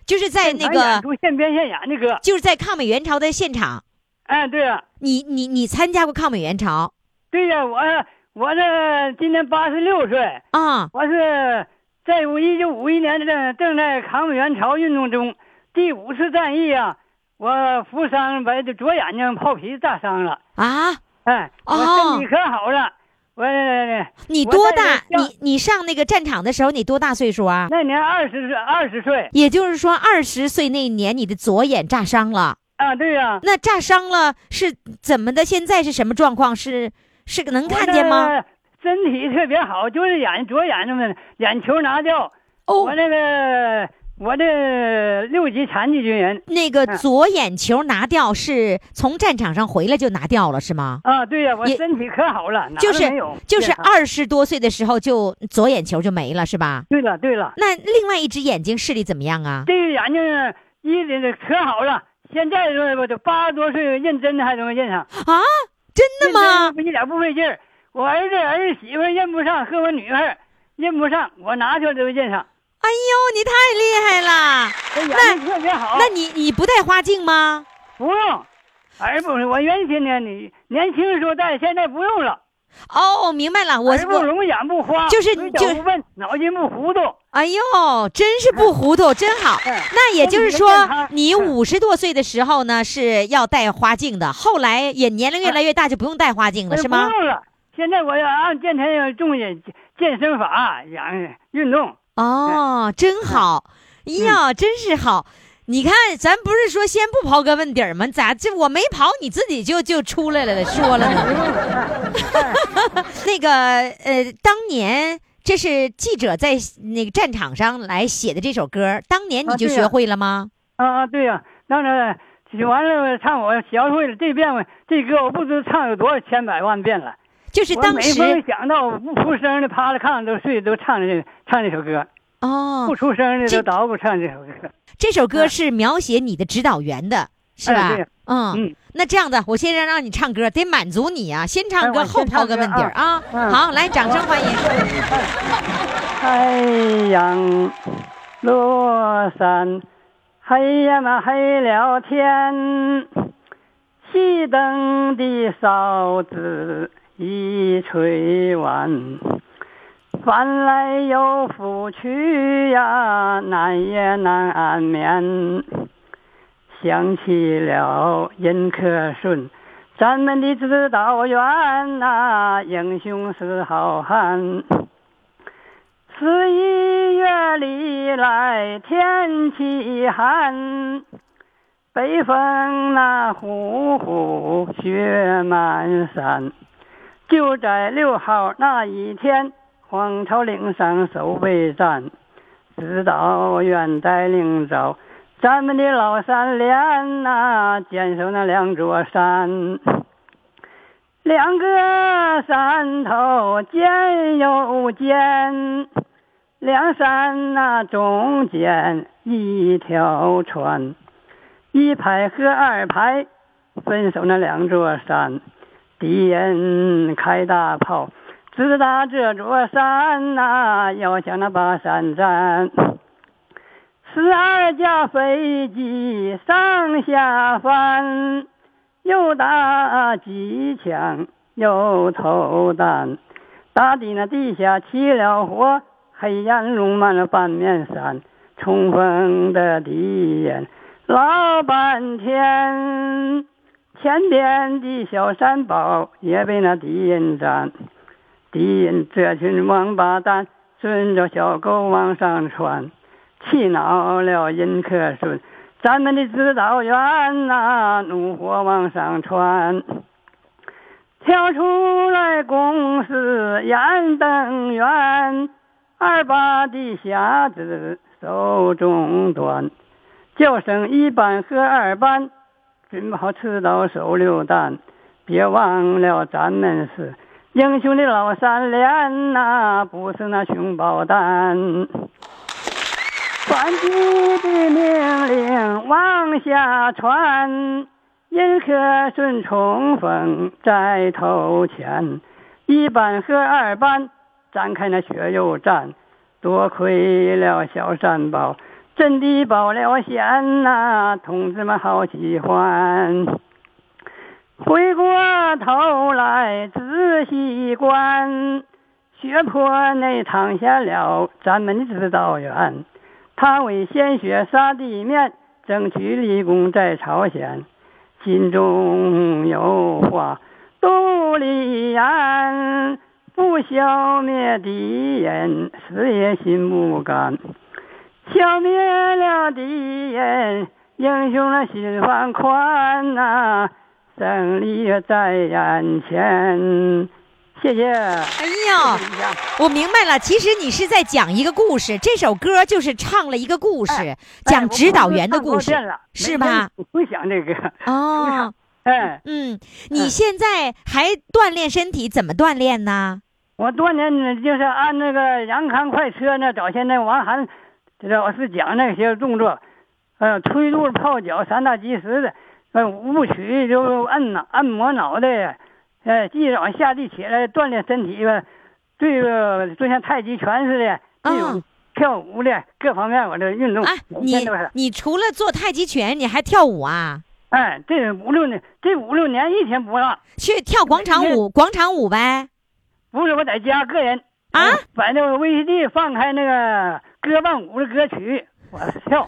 Speaker 2: 就是在那
Speaker 10: 现场演
Speaker 2: 个
Speaker 10: 出现编现演的歌。
Speaker 2: 就是在抗美援朝的现场，
Speaker 10: 哎，对呀，
Speaker 2: 你你你参加过抗美援朝
Speaker 10: 对呀，我我这今年八十六岁，
Speaker 2: 啊？
Speaker 10: 我是在我一九五一年正正在抗美援朝运动中第五次战役啊，我负伤把这左眼睛泡皮炸伤了，
Speaker 2: 啊，
Speaker 10: 哎，我
Speaker 2: 哦
Speaker 10: 身体可好了，我。
Speaker 2: 你
Speaker 10: 我
Speaker 2: 多
Speaker 10: 在
Speaker 2: 大？
Speaker 10: 这
Speaker 2: 你你上那个战场的时候，你多大岁数啊？
Speaker 10: 那年二十二十岁
Speaker 2: 也就是说，二十岁那年你的左眼炸伤了，
Speaker 10: 啊，对呀、
Speaker 2: 那炸伤了是怎么的？现在是什么状况？啊是是能看见吗？？
Speaker 10: 身体特别好，就是眼左眼睛的眼球拿掉。
Speaker 2: 哦
Speaker 10: 我，那个我这六级残疾军人
Speaker 2: 那个
Speaker 10: 嗯
Speaker 2: 左眼球拿掉是从战场上回来就拿掉了是吗？
Speaker 10: 啊，对呀、我
Speaker 2: 也
Speaker 10: 身体可好了，哪儿
Speaker 2: 就
Speaker 10: 都
Speaker 2: 是
Speaker 10: 没有
Speaker 2: 就是
Speaker 10: 健康
Speaker 2: 二十多岁的时候就左眼球就没了是吧？
Speaker 10: 对了对了，
Speaker 2: 那另外一只眼睛视力怎么样啊？
Speaker 10: 这个眼睛一的可好了。现在说我这八十多岁认真的还能认上，
Speaker 2: 啊，真的
Speaker 10: 认真
Speaker 2: 吗？
Speaker 10: 不一点不费劲儿。我儿子儿媳妇认不上，和我女儿认不上，我拿去都认上。
Speaker 2: 哎呦，你太厉害了！
Speaker 10: 这眼睛特别好。
Speaker 2: 那你你不戴花镜吗？
Speaker 10: 不用，儿不，我原先呢，你年轻时候戴，现在不用了。
Speaker 2: 哦，明白了，我
Speaker 10: 耳不
Speaker 2: 我，
Speaker 10: 聋，眼不花，
Speaker 2: 就是
Speaker 10: 嘴
Speaker 2: 就
Speaker 10: 角不笨，脑筋不糊涂。
Speaker 2: 哎呦，真是不糊涂，真 好。
Speaker 10: 哎
Speaker 2: 那也就
Speaker 10: 身
Speaker 2: 是
Speaker 10: 体
Speaker 2: 说
Speaker 10: 健，康
Speaker 2: 你
Speaker 10: 嗯
Speaker 2: 五十多岁的时候呢是要戴花镜的，后来也年龄越来越大就不用戴花镜了，
Speaker 10: 哎
Speaker 2: 是吗
Speaker 10: 嗯不？用了，现在我要按健身重健健身法养运动。
Speaker 2: 哦，真好，
Speaker 10: 嗯
Speaker 2: 呀，真是好。你看，咱不是说先不刨根问底儿吗？咋这我没刨，你自己就就出来了，说了
Speaker 10: 哎
Speaker 2: 呢？那个呃，当年这是记者在那个战场上来写的这首歌，当年你
Speaker 10: 啊
Speaker 2: 就
Speaker 10: 对
Speaker 2: 学
Speaker 10: 呀
Speaker 2: 会了吗？
Speaker 10: 啊啊，对呀、那那完了唱我学会了这遍，这歌我不知唱有多少千百万遍了。
Speaker 2: 就是
Speaker 10: 我
Speaker 2: 当
Speaker 10: 每逢
Speaker 2: 时
Speaker 10: 想到我不出声的趴在炕上都睡，都唱这唱这首歌；
Speaker 2: 哦
Speaker 10: 不，出声的
Speaker 2: 这
Speaker 10: 都捣鼓唱这首歌。啊
Speaker 2: 这首歌是描写你的指导员的，是
Speaker 10: 哎
Speaker 2: 吧
Speaker 10: 对？
Speaker 2: 嗯
Speaker 10: 嗯，
Speaker 2: 那这样的，我现在让你唱歌，得满足你啊，先唱
Speaker 10: 哎
Speaker 2: 歌
Speaker 10: 我
Speaker 2: 后
Speaker 10: 先唱
Speaker 2: 刨根
Speaker 10: 歌
Speaker 2: 问底儿啊。
Speaker 10: 嗯
Speaker 2: 好，来，掌声欢迎。
Speaker 10: 太阳落山，黑呀嘛黑了天，熄灯的哨子一吹完，翻来又覆去呀，难也难安眠。想起了任克顺，咱们的指导员呐、英雄是好汉。十一月里来天气寒，北风那呼呼雪满山。就在六号那一天，黄巢岭上守备战，
Speaker 11: 指导，愿带领着咱们的老三连呐、坚守那两座山。两个山头肩又肩，两山那、中间一条船，一排和二排分守那两座山。敌人开大炮，直打这座山呐、要想那把山占。十二架飞机上下翻，又打机枪，又投弹，打的那地下起了火，黑烟笼满了半面山，冲锋的敌人老半天。前边的小山包也被那敌人占，敌人这群王八蛋顺着小沟往上窜，气恼了尹克顺，咱们的指导员呐、怒火往上窜，跳出来公司严登元，二八的匣子手中端，叫声一班和二班。准好吃到手榴弹，别忘了咱们是英雄的老三连呐、不是那熊抱蛋。反击的命令往下传，尹克顺冲锋在头前，一班和二班展开那血肉战，多亏了小山包。真的保了险呐、同志们好喜欢。回过头来仔细观，血泊内躺下了咱们的指导员，他为鲜血杀地面，争取立功在朝鲜。心中有话，肚里言，不消灭敌人，死也心不甘。消灭了敌人，英雄的心放宽呐、胜利在眼前。谢谢。
Speaker 2: 哎呀，我明白了，其实你是在讲一个故事，这首歌就是唱了一个故事，
Speaker 10: 哎
Speaker 2: 讲指导员的故事，是吧？？
Speaker 11: 我不想这个。
Speaker 2: 哦，
Speaker 11: 哎，
Speaker 2: 嗯，你现在还锻炼身体，怎么锻炼呢？
Speaker 11: 我多年就是按那个杨康快车那早先那王涵老师讲那些动作，呃，推肚泡脚三大及时的，呃，五步曲就按脑按摩脑袋，呃，既往下地起来锻炼身体吧，对呃就像太极拳似的，这种跳舞的、各方面我这运动，每天
Speaker 2: 哦啊你
Speaker 11: 都是，
Speaker 2: 你除了做太极拳，你还跳舞啊？
Speaker 11: 哎，这五六年这五六年一天不落，
Speaker 2: 去跳广场舞，广场舞呗。
Speaker 11: 不是我在家个人呃
Speaker 2: 啊，
Speaker 11: 把那个 VCD 放开那个歌伴舞的歌曲，我跳。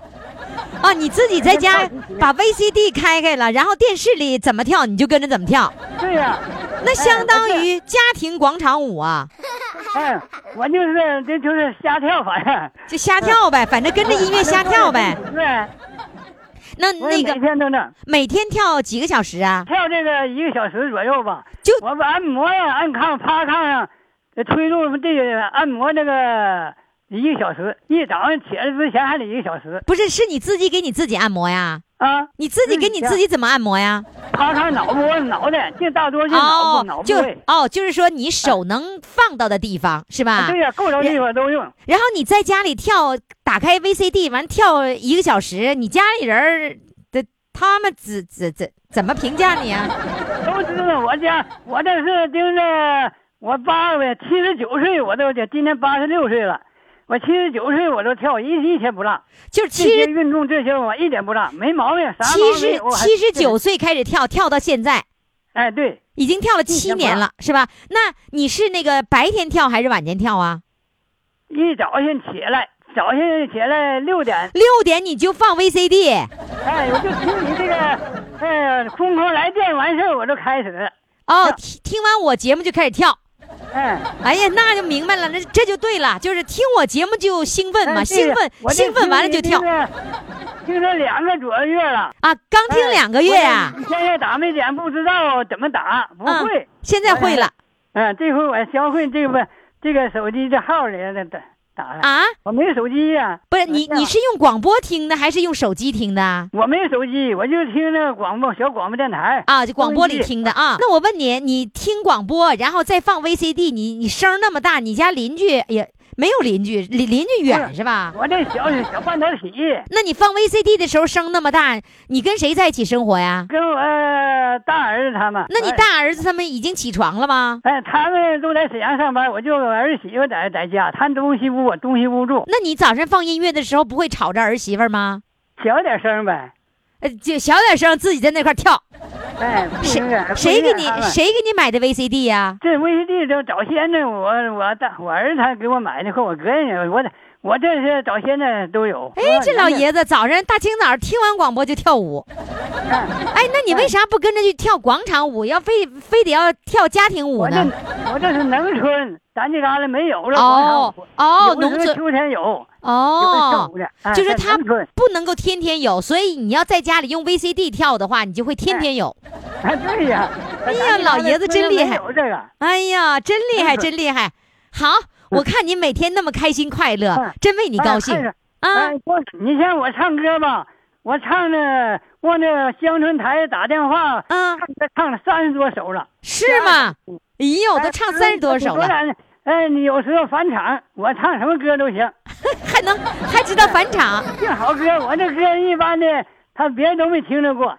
Speaker 2: 啊，你自己在家把 VCD 开开了，然后电视里怎么跳你就跟着怎么跳，
Speaker 11: 对呀、
Speaker 2: 那相当于家庭广场舞啊，
Speaker 11: 哎，我就是这就是瞎跳，反正
Speaker 2: 就瞎跳呗，反正跟着音乐瞎跳呗。
Speaker 11: 对，
Speaker 2: 那
Speaker 11: 我也每
Speaker 2: 那个
Speaker 11: 天都那
Speaker 2: 每天跳几个小时啊？
Speaker 11: 跳这个一个小时左右吧。
Speaker 2: 就
Speaker 11: 我把按摩呀、按炕、趴炕呀、这推入这个按摩这个一个小时，一早上起来之前还得一个小时
Speaker 2: 不是，是你自己给你自己按摩呀？
Speaker 11: 啊。
Speaker 2: 你自己给你自己怎么按摩呀？
Speaker 11: 趴炕脑部脑袋，这大多是脑部、
Speaker 2: 哦
Speaker 11: 脑，部
Speaker 2: 就
Speaker 11: 位。
Speaker 2: 哦，就是说你手能放到的地方是吧？
Speaker 11: 啊对呀、够着地方都用。
Speaker 2: 然后你在家里跳，打开 VCD 完跳一个小时，你家里人儿的他们怎怎怎怎么评价你啊？
Speaker 11: 都知道我家，我这是盯着我八呗，七十九岁我都得，今年八十六岁了，我七十九岁我都跳一一天不落，
Speaker 2: 就是
Speaker 11: 这
Speaker 2: 七
Speaker 11: 些
Speaker 2: 十
Speaker 11: 运动这些我一点不落，没毛病，啥
Speaker 2: 七
Speaker 11: 毛病
Speaker 2: 十
Speaker 11: 我还
Speaker 2: 七十九，岁开始跳，跳到现在
Speaker 11: 哎对，
Speaker 2: 已经跳了七年了，是吧？那你是那个白天跳还是晚间跳啊？
Speaker 11: 一早上起来，早上起来六点，
Speaker 2: 六点你就放 VCD
Speaker 11: 哎，我就听你这 个，哎，空空来电完事儿我就开始，
Speaker 2: 哦，听听完我节目就开始跳。
Speaker 11: 哎，
Speaker 2: 哎呀，那就明白了，那这就对了，就是听我节目就兴奋嘛，
Speaker 11: 哎
Speaker 2: 兴奋
Speaker 11: 我这
Speaker 2: 兴奋完了就
Speaker 11: 听
Speaker 2: 跳
Speaker 11: 你这个，听了两个左右月了。
Speaker 2: 啊！刚听两个月
Speaker 10: 哎
Speaker 2: 呀、
Speaker 11: 我现在打没点不知道怎么打，不
Speaker 2: 嗯
Speaker 11: 会。
Speaker 2: 现在会了。
Speaker 10: 哎
Speaker 11: 嗯，这回我教会这个这个手机这号里的的
Speaker 10: 咋了？
Speaker 2: 啊？
Speaker 10: 我没有手机呀、
Speaker 2: 不是你，你是用广播听的还是用手机听的？
Speaker 10: 我没有手机，我就听那个广播小广播电台
Speaker 2: 啊，就广播里听的啊。那我问你，你听广播，然后再放 VCD，你你声儿那么大，你家邻居也没有邻居，邻邻居远是吧？
Speaker 10: 我这小小半导体，
Speaker 2: 那你放 VCD 的时候声那么大，你跟谁在一起生活呀？
Speaker 10: 跟我、呃大儿子他们。
Speaker 2: 那
Speaker 11: 哎
Speaker 2: 你大儿子他们已经起床了吗？
Speaker 10: 哎，他们都在沈阳上班，我就儿媳妇在在家，他东西屋，我东西屋住，
Speaker 2: 那你早上放音乐的时候不会吵着儿媳妇儿吗？
Speaker 10: 小点声呗。
Speaker 2: 呃，就小点声，自己在那块儿跳。
Speaker 10: 哎，不
Speaker 2: 谁
Speaker 10: 行啊
Speaker 2: 谁给你？
Speaker 10: 不行啊
Speaker 2: 谁给你买的 VCD 呀、
Speaker 10: 这 VCD 都早先呢，我我大我儿子他给我买的，和我哥呢，我这我这是早先呢都有。
Speaker 2: 哎，这老爷子早上大清早听完广播就跳舞。 哎，那你为啥不跟着去跳广场舞，要非非得要跳家庭舞
Speaker 10: 我这
Speaker 2: 呢？
Speaker 10: 我这是农村，咱这旮旯没有了。
Speaker 2: 哦
Speaker 10: 广场舞
Speaker 2: 哦，
Speaker 10: 有的时
Speaker 2: 农
Speaker 10: 候
Speaker 2: 村
Speaker 10: 秋天有，有的跳
Speaker 2: 哦
Speaker 10: 舞的，哎
Speaker 2: 就是
Speaker 10: 在
Speaker 2: 他
Speaker 10: 农村
Speaker 2: 不能够天天有，所以你要在家里用 VCD 跳的话，你就会天天有。
Speaker 10: 哎，对呀。哎
Speaker 2: 呀老爷子真厉害
Speaker 10: 有
Speaker 4: 啊
Speaker 10: 这个，嗯
Speaker 2: 哎呀，真厉害，真厉害！好，我看你每天那么开心快乐
Speaker 10: 哎，
Speaker 2: 真为你高兴
Speaker 10: 哎看着
Speaker 2: 啊！
Speaker 10: 哎，我你像我唱歌吧，我唱的往那乡村台打电话，
Speaker 2: 嗯
Speaker 10: 唱歌唱了三十多首了。嗯
Speaker 2: 是吗？哎呦，都唱三十多首了，
Speaker 10: 哎。哎，你有时候返场，我唱什么歌都行，
Speaker 2: 还能还知道返场，
Speaker 10: 净好歌。我这歌一般的，他别人都没听着 过。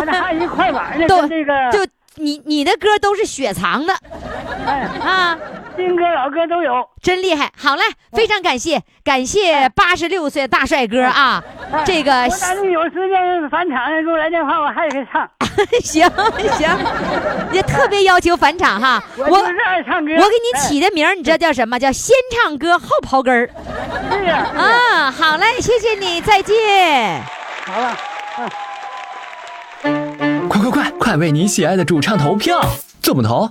Speaker 10: 我这还一快板呢，
Speaker 2: 都
Speaker 10: 跟这个
Speaker 2: 就你你的歌都是雪藏的
Speaker 10: 哎
Speaker 2: 啊，
Speaker 10: 新歌老歌都有。
Speaker 2: 真厉害！好嘞，非常感谢感谢八十六岁大帅哥啊，
Speaker 10: 哎
Speaker 2: 这个
Speaker 10: 我反正有时间返场给我来电话，我还给唱。
Speaker 2: 行行，也特别要求返场哈，
Speaker 10: 我
Speaker 2: 我。
Speaker 10: 就是爱唱歌。哎
Speaker 2: 我给你起的名儿，你知道叫什么？叫先唱歌后刨根儿
Speaker 10: 哎是呀，是呀
Speaker 2: 啊！好嘞，谢谢你，再见。
Speaker 10: 好嗯了。
Speaker 3: 快快快，快为你喜爱的主唱投票！怎么投？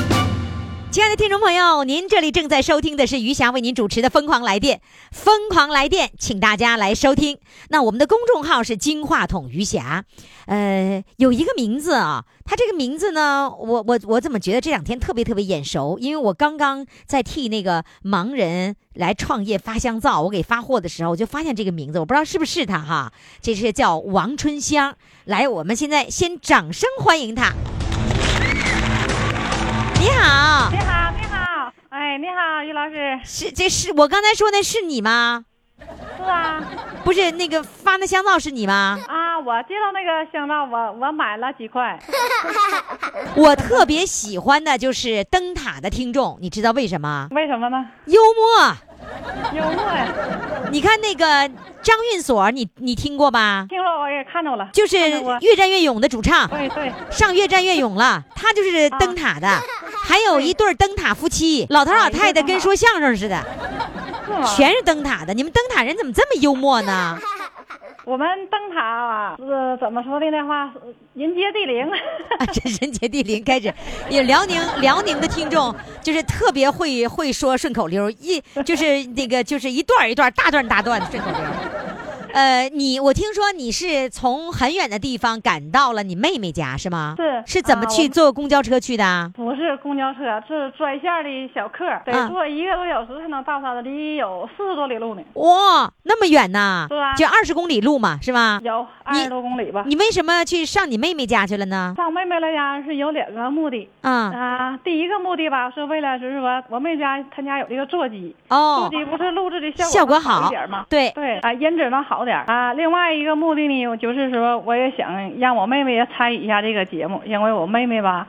Speaker 2: 亲爱的听众朋友，您这里正在收听的是余霞为您主持的《疯狂来电》，疯狂来电，请大家来收听。那我们的公众号是金话筒余霞，呃，有一个名字啊，它这个名字呢，我我我怎么觉得这两天特别特别眼熟？因为我刚刚在替那个盲人来创业发香皂，我给发货的时候，我就发现这个名字，我不知道是不是他哈，这是叫王春香。来，我们现在先掌声欢迎他。你好，
Speaker 12: 你好，你好，哎，你好，于老师，
Speaker 2: 是，这是我刚才说那是你吗？
Speaker 12: 是啊，
Speaker 2: 不是那个发那香皂是你吗？
Speaker 12: 啊，我知道那个香皂，我我买了几块，
Speaker 2: 我特别喜欢的就是灯塔的听众，你知道为什么？
Speaker 12: 为什么呢？
Speaker 2: 幽默。
Speaker 12: 幽默呀，
Speaker 2: 你看那个张运所，你你听过吧？
Speaker 12: 听说我也看着了，
Speaker 2: 就是
Speaker 12: 看着我
Speaker 2: 越战越勇的主唱，
Speaker 12: 对对，啊
Speaker 2: 上越战越勇了，他就是灯塔的。还有一对儿灯塔夫妻，老头老太太跟说相声似的，
Speaker 12: 是吗？
Speaker 2: 全是灯塔的。你们灯塔人怎么这么幽默呢？
Speaker 12: 我们灯塔啊，是怎么说的那话，人杰地灵，
Speaker 2: 啊， 这人杰地灵开始，也辽宁辽宁的听众就是特别会会说顺口溜，一就是那个就是一段儿一段儿大段儿大段的顺口溜。呃，你我听说你是从很远的地方赶到了你妹妹家是吗？
Speaker 12: 是
Speaker 2: 是怎么
Speaker 12: 啊
Speaker 2: 去
Speaker 12: 我
Speaker 2: 坐公交车去的啊？
Speaker 12: 不是公交车，是专线的小客，
Speaker 2: 啊
Speaker 12: 得坐一个多小时才能到他的，离有四十多里路呢，
Speaker 2: 哇，那么远呐
Speaker 12: 是啊！
Speaker 2: 就二十公里路嘛，是吧？
Speaker 12: 有二十多公里吧。
Speaker 2: 你为什么去上你妹妹家去了呢？
Speaker 12: 上妹妹来家是有两个目的。
Speaker 2: 啊，
Speaker 12: 啊，第一个目的吧，是为了就是说，我妹家她家有这个座机，座
Speaker 2: 哦，
Speaker 12: 机不是录制的效
Speaker 2: 效果
Speaker 12: 果
Speaker 2: 好
Speaker 12: 一点吗？
Speaker 2: 对，
Speaker 12: 对啊，音质能好点儿啊。另外一个目的呢，我就是说，我也想让我妹妹也参与一下这个节目，因为我妹妹吧，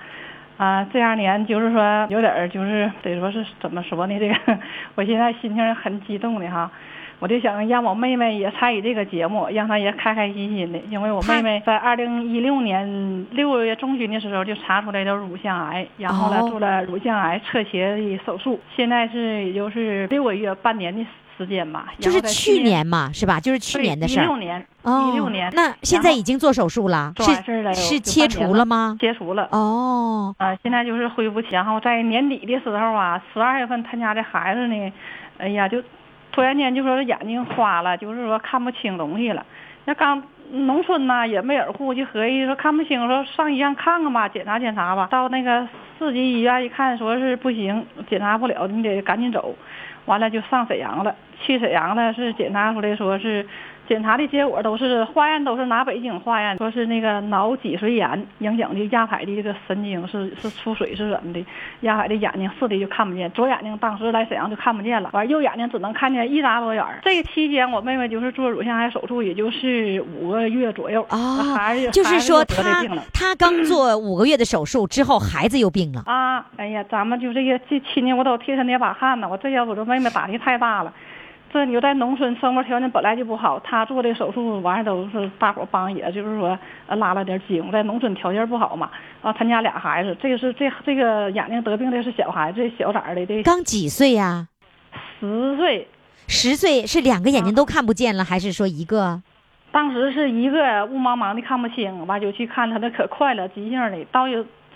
Speaker 12: 啊，这两年就是说有点儿就是得说是怎么说呢？这个 我现在心情很激动的哈，我就想让我妹妹也参与这个节目，让她也开开心心的，因为我
Speaker 2: 她
Speaker 12: 妹妹在二零一六年六月中旬的时候就查出来的乳腺癌，然后呢
Speaker 2: 哦
Speaker 12: 做了乳腺癌侧切的手术，现在是也就是六个月半年的时间吧，然
Speaker 2: 就
Speaker 12: 后
Speaker 2: 是
Speaker 12: 在今
Speaker 2: 去年嘛，是吧？就是去年的事
Speaker 12: 一
Speaker 2: 儿
Speaker 12: 六。年，
Speaker 2: 哦，
Speaker 12: 一六年，
Speaker 2: 那现在已经做手术了，
Speaker 12: 做完事儿了
Speaker 2: 是是切除了吗？
Speaker 12: 切除了。
Speaker 2: 哦，
Speaker 12: 啊，现在就是恢复期，然后在年底的时候啊，十二月份他家的孩子呢，哎呀，就突然间就说是眼睛花了，就是说看不清东西了。那刚农村嘛也没人护，就合计说看不清，说上医院看看吧，检查检查吧。到那个市级医院一看，说是不行，检查不了，你得赶紧走。完了就上沈阳了，去沈阳了是检查出来说是，检查的结果都是化验都是拿北京化验，说是那个脑脊髓炎影响的亚海的这个神经是是出水是怎么的，亚海的眼睛视力就看不见，左眼睛当时来沈阳就看不见了，完右眼睛只能看见一眨多眼儿。这个期间我妹妹就是做乳腺癌手术，也就是五个月左右，
Speaker 2: 啊
Speaker 12: 孩 子
Speaker 2: 就是说
Speaker 12: 孩子得这
Speaker 2: 他
Speaker 12: 病了。
Speaker 2: 他刚做五个月的手术之后，孩子又病了。
Speaker 12: 啊，哎呀，咱们就这些这亲戚，我都替他捏把汗呢。我这要我这妹妹打击太大了，这你就在农村生活条件本来就不好，他做的手术完事都是大伙帮，也就是说呃拉了点筋。在农村条件不好嘛，啊，他家俩孩子，这个是这这个眼睛得病的是小孩子，这小崽儿的这
Speaker 2: 刚嗯几岁呀、
Speaker 12: 十岁，
Speaker 2: 十岁是两个眼睛都看不见了，还是说一个？
Speaker 12: 当时是一个雾茫茫的看不清，完就去看他，那可快了，急性的。到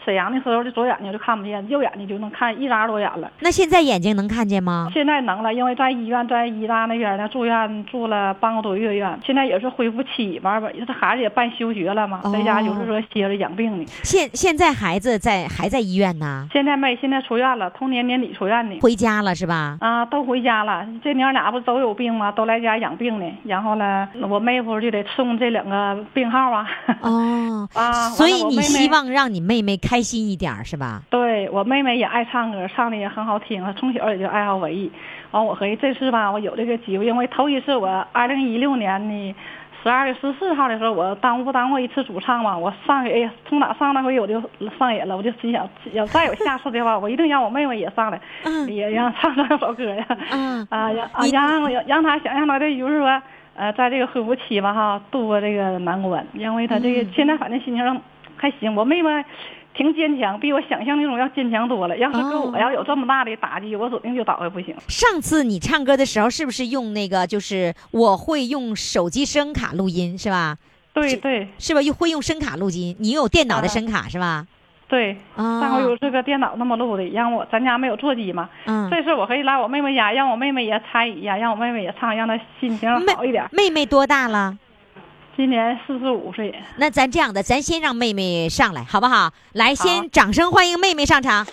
Speaker 12: 沈阳的时候，这左眼睛就看不见，右眼睛就能看一眨多眼了。
Speaker 2: 那现在眼睛能看见吗？
Speaker 12: 现在能了，因为在医院，在医大那边呢住院住了半个多月院，现在也是恢复期嘛，完吧，这孩子也办休学了嘛，
Speaker 2: 哦
Speaker 12: 在家就是说歇着养病呢。
Speaker 2: 现现在孩子在还在医院呢，
Speaker 12: 现在没，现在出院了，同年年底出院的。
Speaker 2: 回家了是吧？
Speaker 12: 啊，都回家了。这娘俩不都有病吗？都来家养病呢。然后呢，我妹夫就得送这两个病号啊。
Speaker 2: 哦，
Speaker 12: 啊，
Speaker 2: 所
Speaker 12: 完
Speaker 2: 以
Speaker 12: 了我
Speaker 2: 你
Speaker 12: 妹妹
Speaker 2: 希望让你妹妹开心一点儿是吧？
Speaker 12: 对我妹妹也爱唱歌，唱的也很好听，从小也就爱好文艺。完，我合计这次吧，我有这个机会，因为头一次我二零一六年的十二月十四号的时候，我当不当过一次主唱嘛？我上去，哎呀，从哪上那回我就上瘾了，我就心想，要再有下次的话，我一定让我妹妹也上来，也让唱这首歌呀。
Speaker 2: 嗯
Speaker 12: 啊，让啊让让让她想让她这就是说，呃，在这个恢复期吧哈，度过这个难关，因为她这个、现在反正心情上还行，我妹妹。挺坚强，比我想象那种要坚强多了。要是跟我要有这么大的打击，我指定就倒下不行。
Speaker 2: 上次你唱歌的时候是不是用那个就是我会用手机声卡录音是吧？
Speaker 12: 对对，啊
Speaker 2: 是吧？又会用声卡录音，你有电脑的声卡、是吧？
Speaker 12: 对，
Speaker 2: 啊
Speaker 12: 上回有这个电脑那么录的，让我咱家没有座机嘛。
Speaker 2: 嗯
Speaker 12: 这次我可以来我妹妹家，让我妹妹也参与呀，让我妹妹也唱，让她心情好一点。
Speaker 2: 妹妹多大了？
Speaker 12: 今年四十五岁。
Speaker 2: 那咱这样的，咱先让妹妹上来，好不好？来，
Speaker 12: 好
Speaker 2: 先掌声欢迎妹妹上场。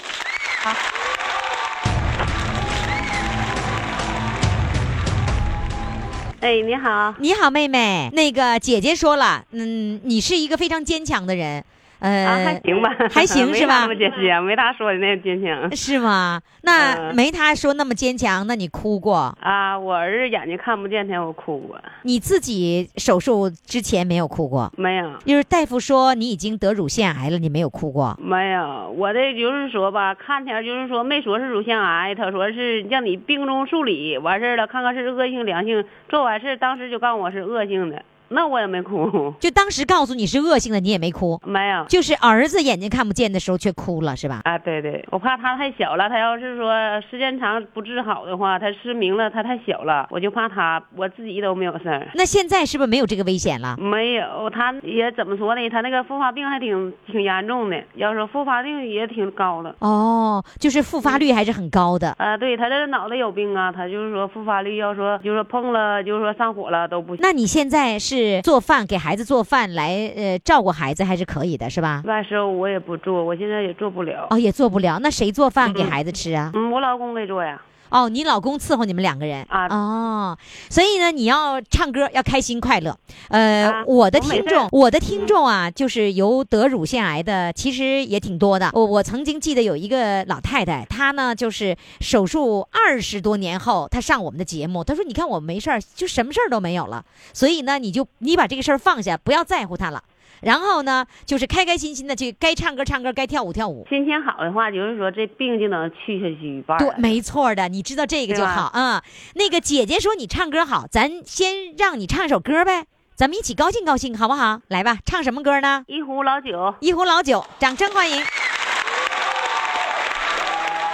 Speaker 13: 哎，你好，
Speaker 2: 你好，妹妹。那个姐姐说了，嗯，你是一个非常坚强的人，呃，
Speaker 13: 啊，还行吧，
Speaker 2: 还 行是吧
Speaker 13: 没啥那么？坚强，没他说的那坚强。
Speaker 2: 是 吗？那
Speaker 13: 嗯
Speaker 2: 没她说那么坚强，那你哭过？
Speaker 13: 啊，我儿子眼睛看不见他，我哭过，
Speaker 2: 你自己手术之前没有哭过？
Speaker 13: 没有，
Speaker 2: 就是大夫说你已经得乳腺癌了，你没有哭 过。
Speaker 13: 没有。我这就是说吧，看起来就是说没说是乳腺癌，他说是让你病中处理，完事儿了看看是恶性良性，做完事儿当时就告诉我是恶性的，那我也没哭，
Speaker 2: 就当时告诉你是恶性的，你也没哭。
Speaker 13: 没有。
Speaker 2: 就是儿子眼睛看不见的时候却哭了，是吧？
Speaker 13: 啊，对对，我怕他太小了，他要是说时间长不治好的话，他失明了，他太小了，我就怕他，我自己都没有事儿。
Speaker 2: 那现在是不是没有这个危险了？
Speaker 13: 没有，他也怎么说呢？他那个复发病还挺挺严重的，要说复发率也挺高的。
Speaker 2: 哦，就是复发率还是很高的。
Speaker 13: 啊，对他这脑袋有病啊，他就是说复发率要说就是说碰了就是说上火了都不行。
Speaker 2: 那你现在是做饭给孩子做饭来呃照顾孩子还是可以的，是吧？
Speaker 13: 外食我也不做，我现在也做不了。
Speaker 2: 哦，也做不了，那谁做饭给孩子吃啊？
Speaker 13: 嗯，我老公给做呀。
Speaker 2: 哦，你老公伺候你们两个人
Speaker 13: 啊？
Speaker 2: 哦，所以呢，你要唱歌要开心快乐。呃，我的
Speaker 13: 啊我每
Speaker 2: 听
Speaker 13: 次
Speaker 2: 众，我的听众啊，就是有得乳腺癌的，其实也挺多的。我我曾经记得有一个老太太，她呢就是手术二十多年后，她上我们的节目，她说：“你看我没事儿，就什么事儿都没有了。所以呢，你就你把这个事儿放下，不要在乎它了。”然后呢，就是开开心心的去，该唱歌唱歌，该跳舞跳舞。
Speaker 13: 心情好的话，就是说这病就能去下去一半儿
Speaker 2: 对
Speaker 13: 了，。
Speaker 2: 没错儿的，你知道这个就
Speaker 13: 对吧
Speaker 2: 好啊、那个姐姐说你唱歌好，咱先让你唱首歌呗，咱们一起高兴高兴，好不好？来吧，唱什么歌呢？
Speaker 13: 一壶老酒，
Speaker 2: 一壶老酒，掌声欢迎。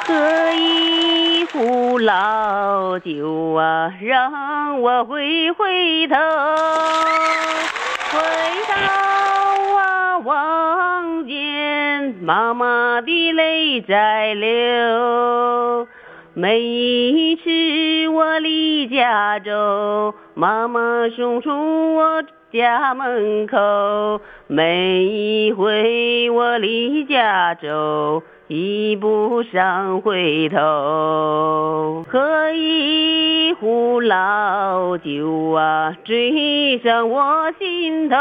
Speaker 13: 喝一壶老酒啊，让我回回头，回头啊，望见妈妈的泪在流。每一次我离家走，妈妈送出我家门口。每一回我离家走，一步三回头。喝一壶老酒啊，醉上我心头。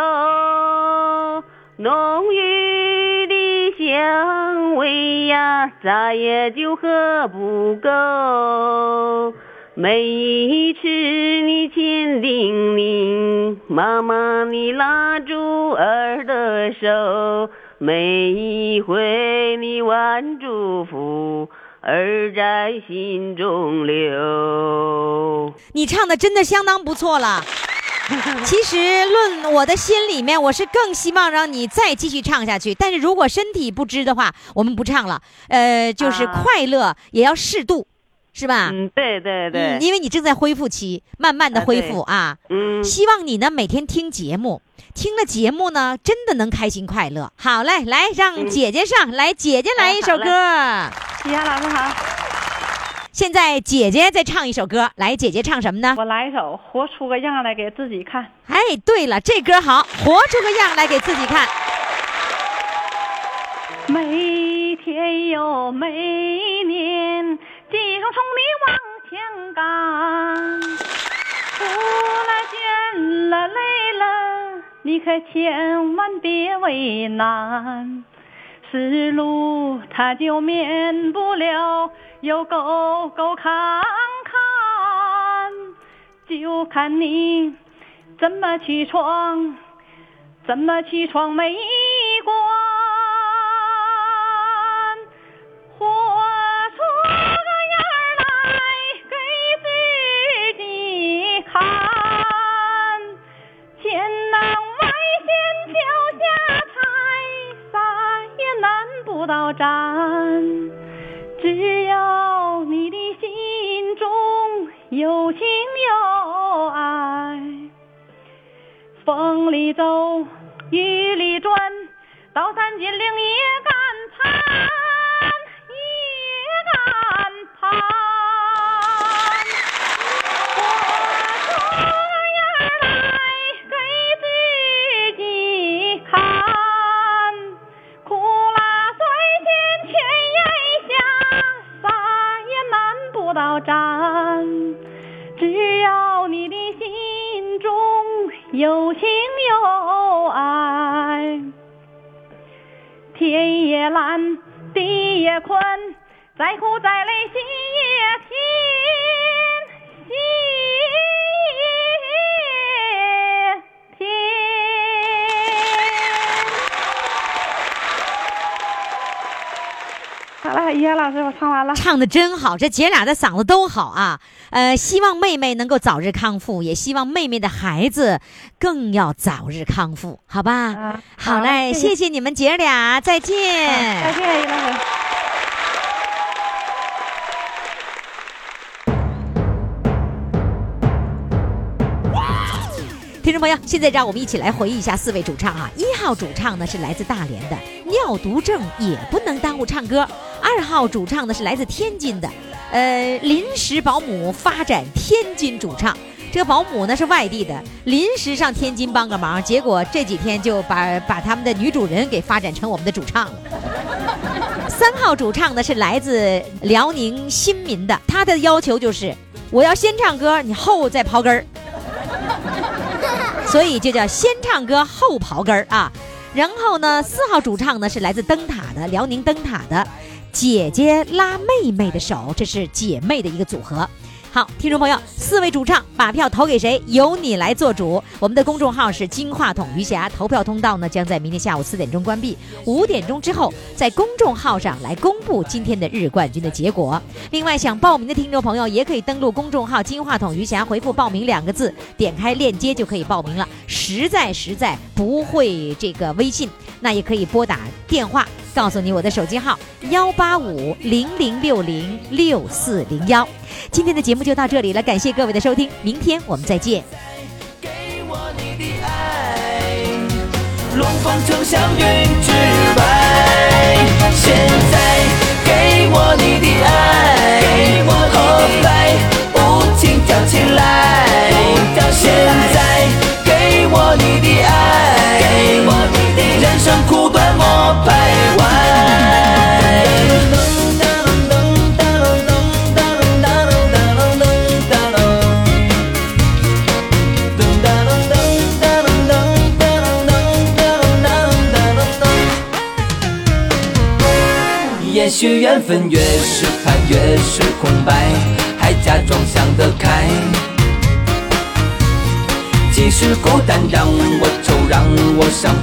Speaker 13: 浓郁的香味呀，咋也就喝不够。每一次你千叮咛，妈妈你拉住儿的手，每一回你万祝福，儿在心中留。
Speaker 2: 你唱的真的相当不错 了。其实论我的心里面，我是更希望让你再继续唱下去。但是如果身体不支的话，我们不唱了。呃，就是快乐也要适度，是吧？
Speaker 13: 啊嗯，对对对，
Speaker 2: 嗯，因为你正在恢复期，慢慢的
Speaker 13: 啊
Speaker 2: 恢
Speaker 13: 对
Speaker 2: 复啊。
Speaker 13: 嗯
Speaker 2: 希望你呢每天听节目，听了节目呢，真的能开心快乐。好嘞，来哎让
Speaker 14: 嗯
Speaker 2: 姐姐上、来，姐姐来一
Speaker 10: 哎
Speaker 2: 首歌。
Speaker 14: 李霞老师好。
Speaker 2: 现在姐姐再唱一首歌，来，姐姐唱什么呢？
Speaker 14: 我来一首《活出个样儿来给自己看》。
Speaker 2: 哎，对了，这歌好，活出个样来给自己看。
Speaker 14: 每天又每年，精冲地往前赶，苦了倦了累了，你可千万别为难。死路它就免不了有沟沟坎坎，就看你怎么去闯，怎么去闯每一关。活出个样儿来给自己看，千难万险脚下踩，啥也难不倒咱。只要你的心中有情有爱，风里走，雨里转，刀山金岭也敢攀，也敢攀。活出样儿来给自己看，苦辣酸甜全咽下，啥也难不倒咱。只要你的心中有情有爱，天也蓝，地也宽，再苦再累心也甜，心也甜。好了，叶老师，我唱完了。
Speaker 2: 唱的真好，这姐俩的嗓子都好啊。呃，希望妹妹能够早日康复，也希望妹妹的孩子更要早日康复，好吧？好嘞，
Speaker 14: 啊谢谢啊
Speaker 2: 谢谢你们姐俩，再见。
Speaker 14: 再见，叶老师。
Speaker 2: 听众朋友，现在让我们一起来回忆一下四位主唱啊。一号主唱呢是来自大连的，尿毒症也不能耽误唱歌。二号主唱呢是来自天津的，呃，临时保姆发展天津主唱。这个保姆呢是外地的，临时上天津帮个忙，结果这几天就把把他们的女主人给发展成我们的主唱了。三号主唱呢是来自辽宁新民的，他的要求就是我要先唱歌，你后再刨根儿。所以就叫先唱歌后刨根儿啊。然后呢，四号主唱呢是来自灯塔的，辽宁灯塔的，姐姐拉妹妹的手，这是姐妹的一个组合。好，听众朋友，四位主唱把票投给谁，由你来做主。我们的公众号是金话筒余霞，投票通道呢将在明天下午四点钟关闭，五点钟之后在公众号上来公布今天的日冠军的结果。另外，想报名的听众朋友也可以登录公众号“金话筒余霞”，回复“报名”两个字，点开链接就可以报名了。实在实在不会这个微信，那也可以拨打电话，告诉你我的手机号幺八五零零六零六四零幺。今天的节目就到这里了，感谢各位的收听，明天我们再见。
Speaker 1: 龙凤呈祥云之白，现在给我你的爱，给我也许缘分越是盼越是空白，还假装想得开。即使孤单让我愁，让我伤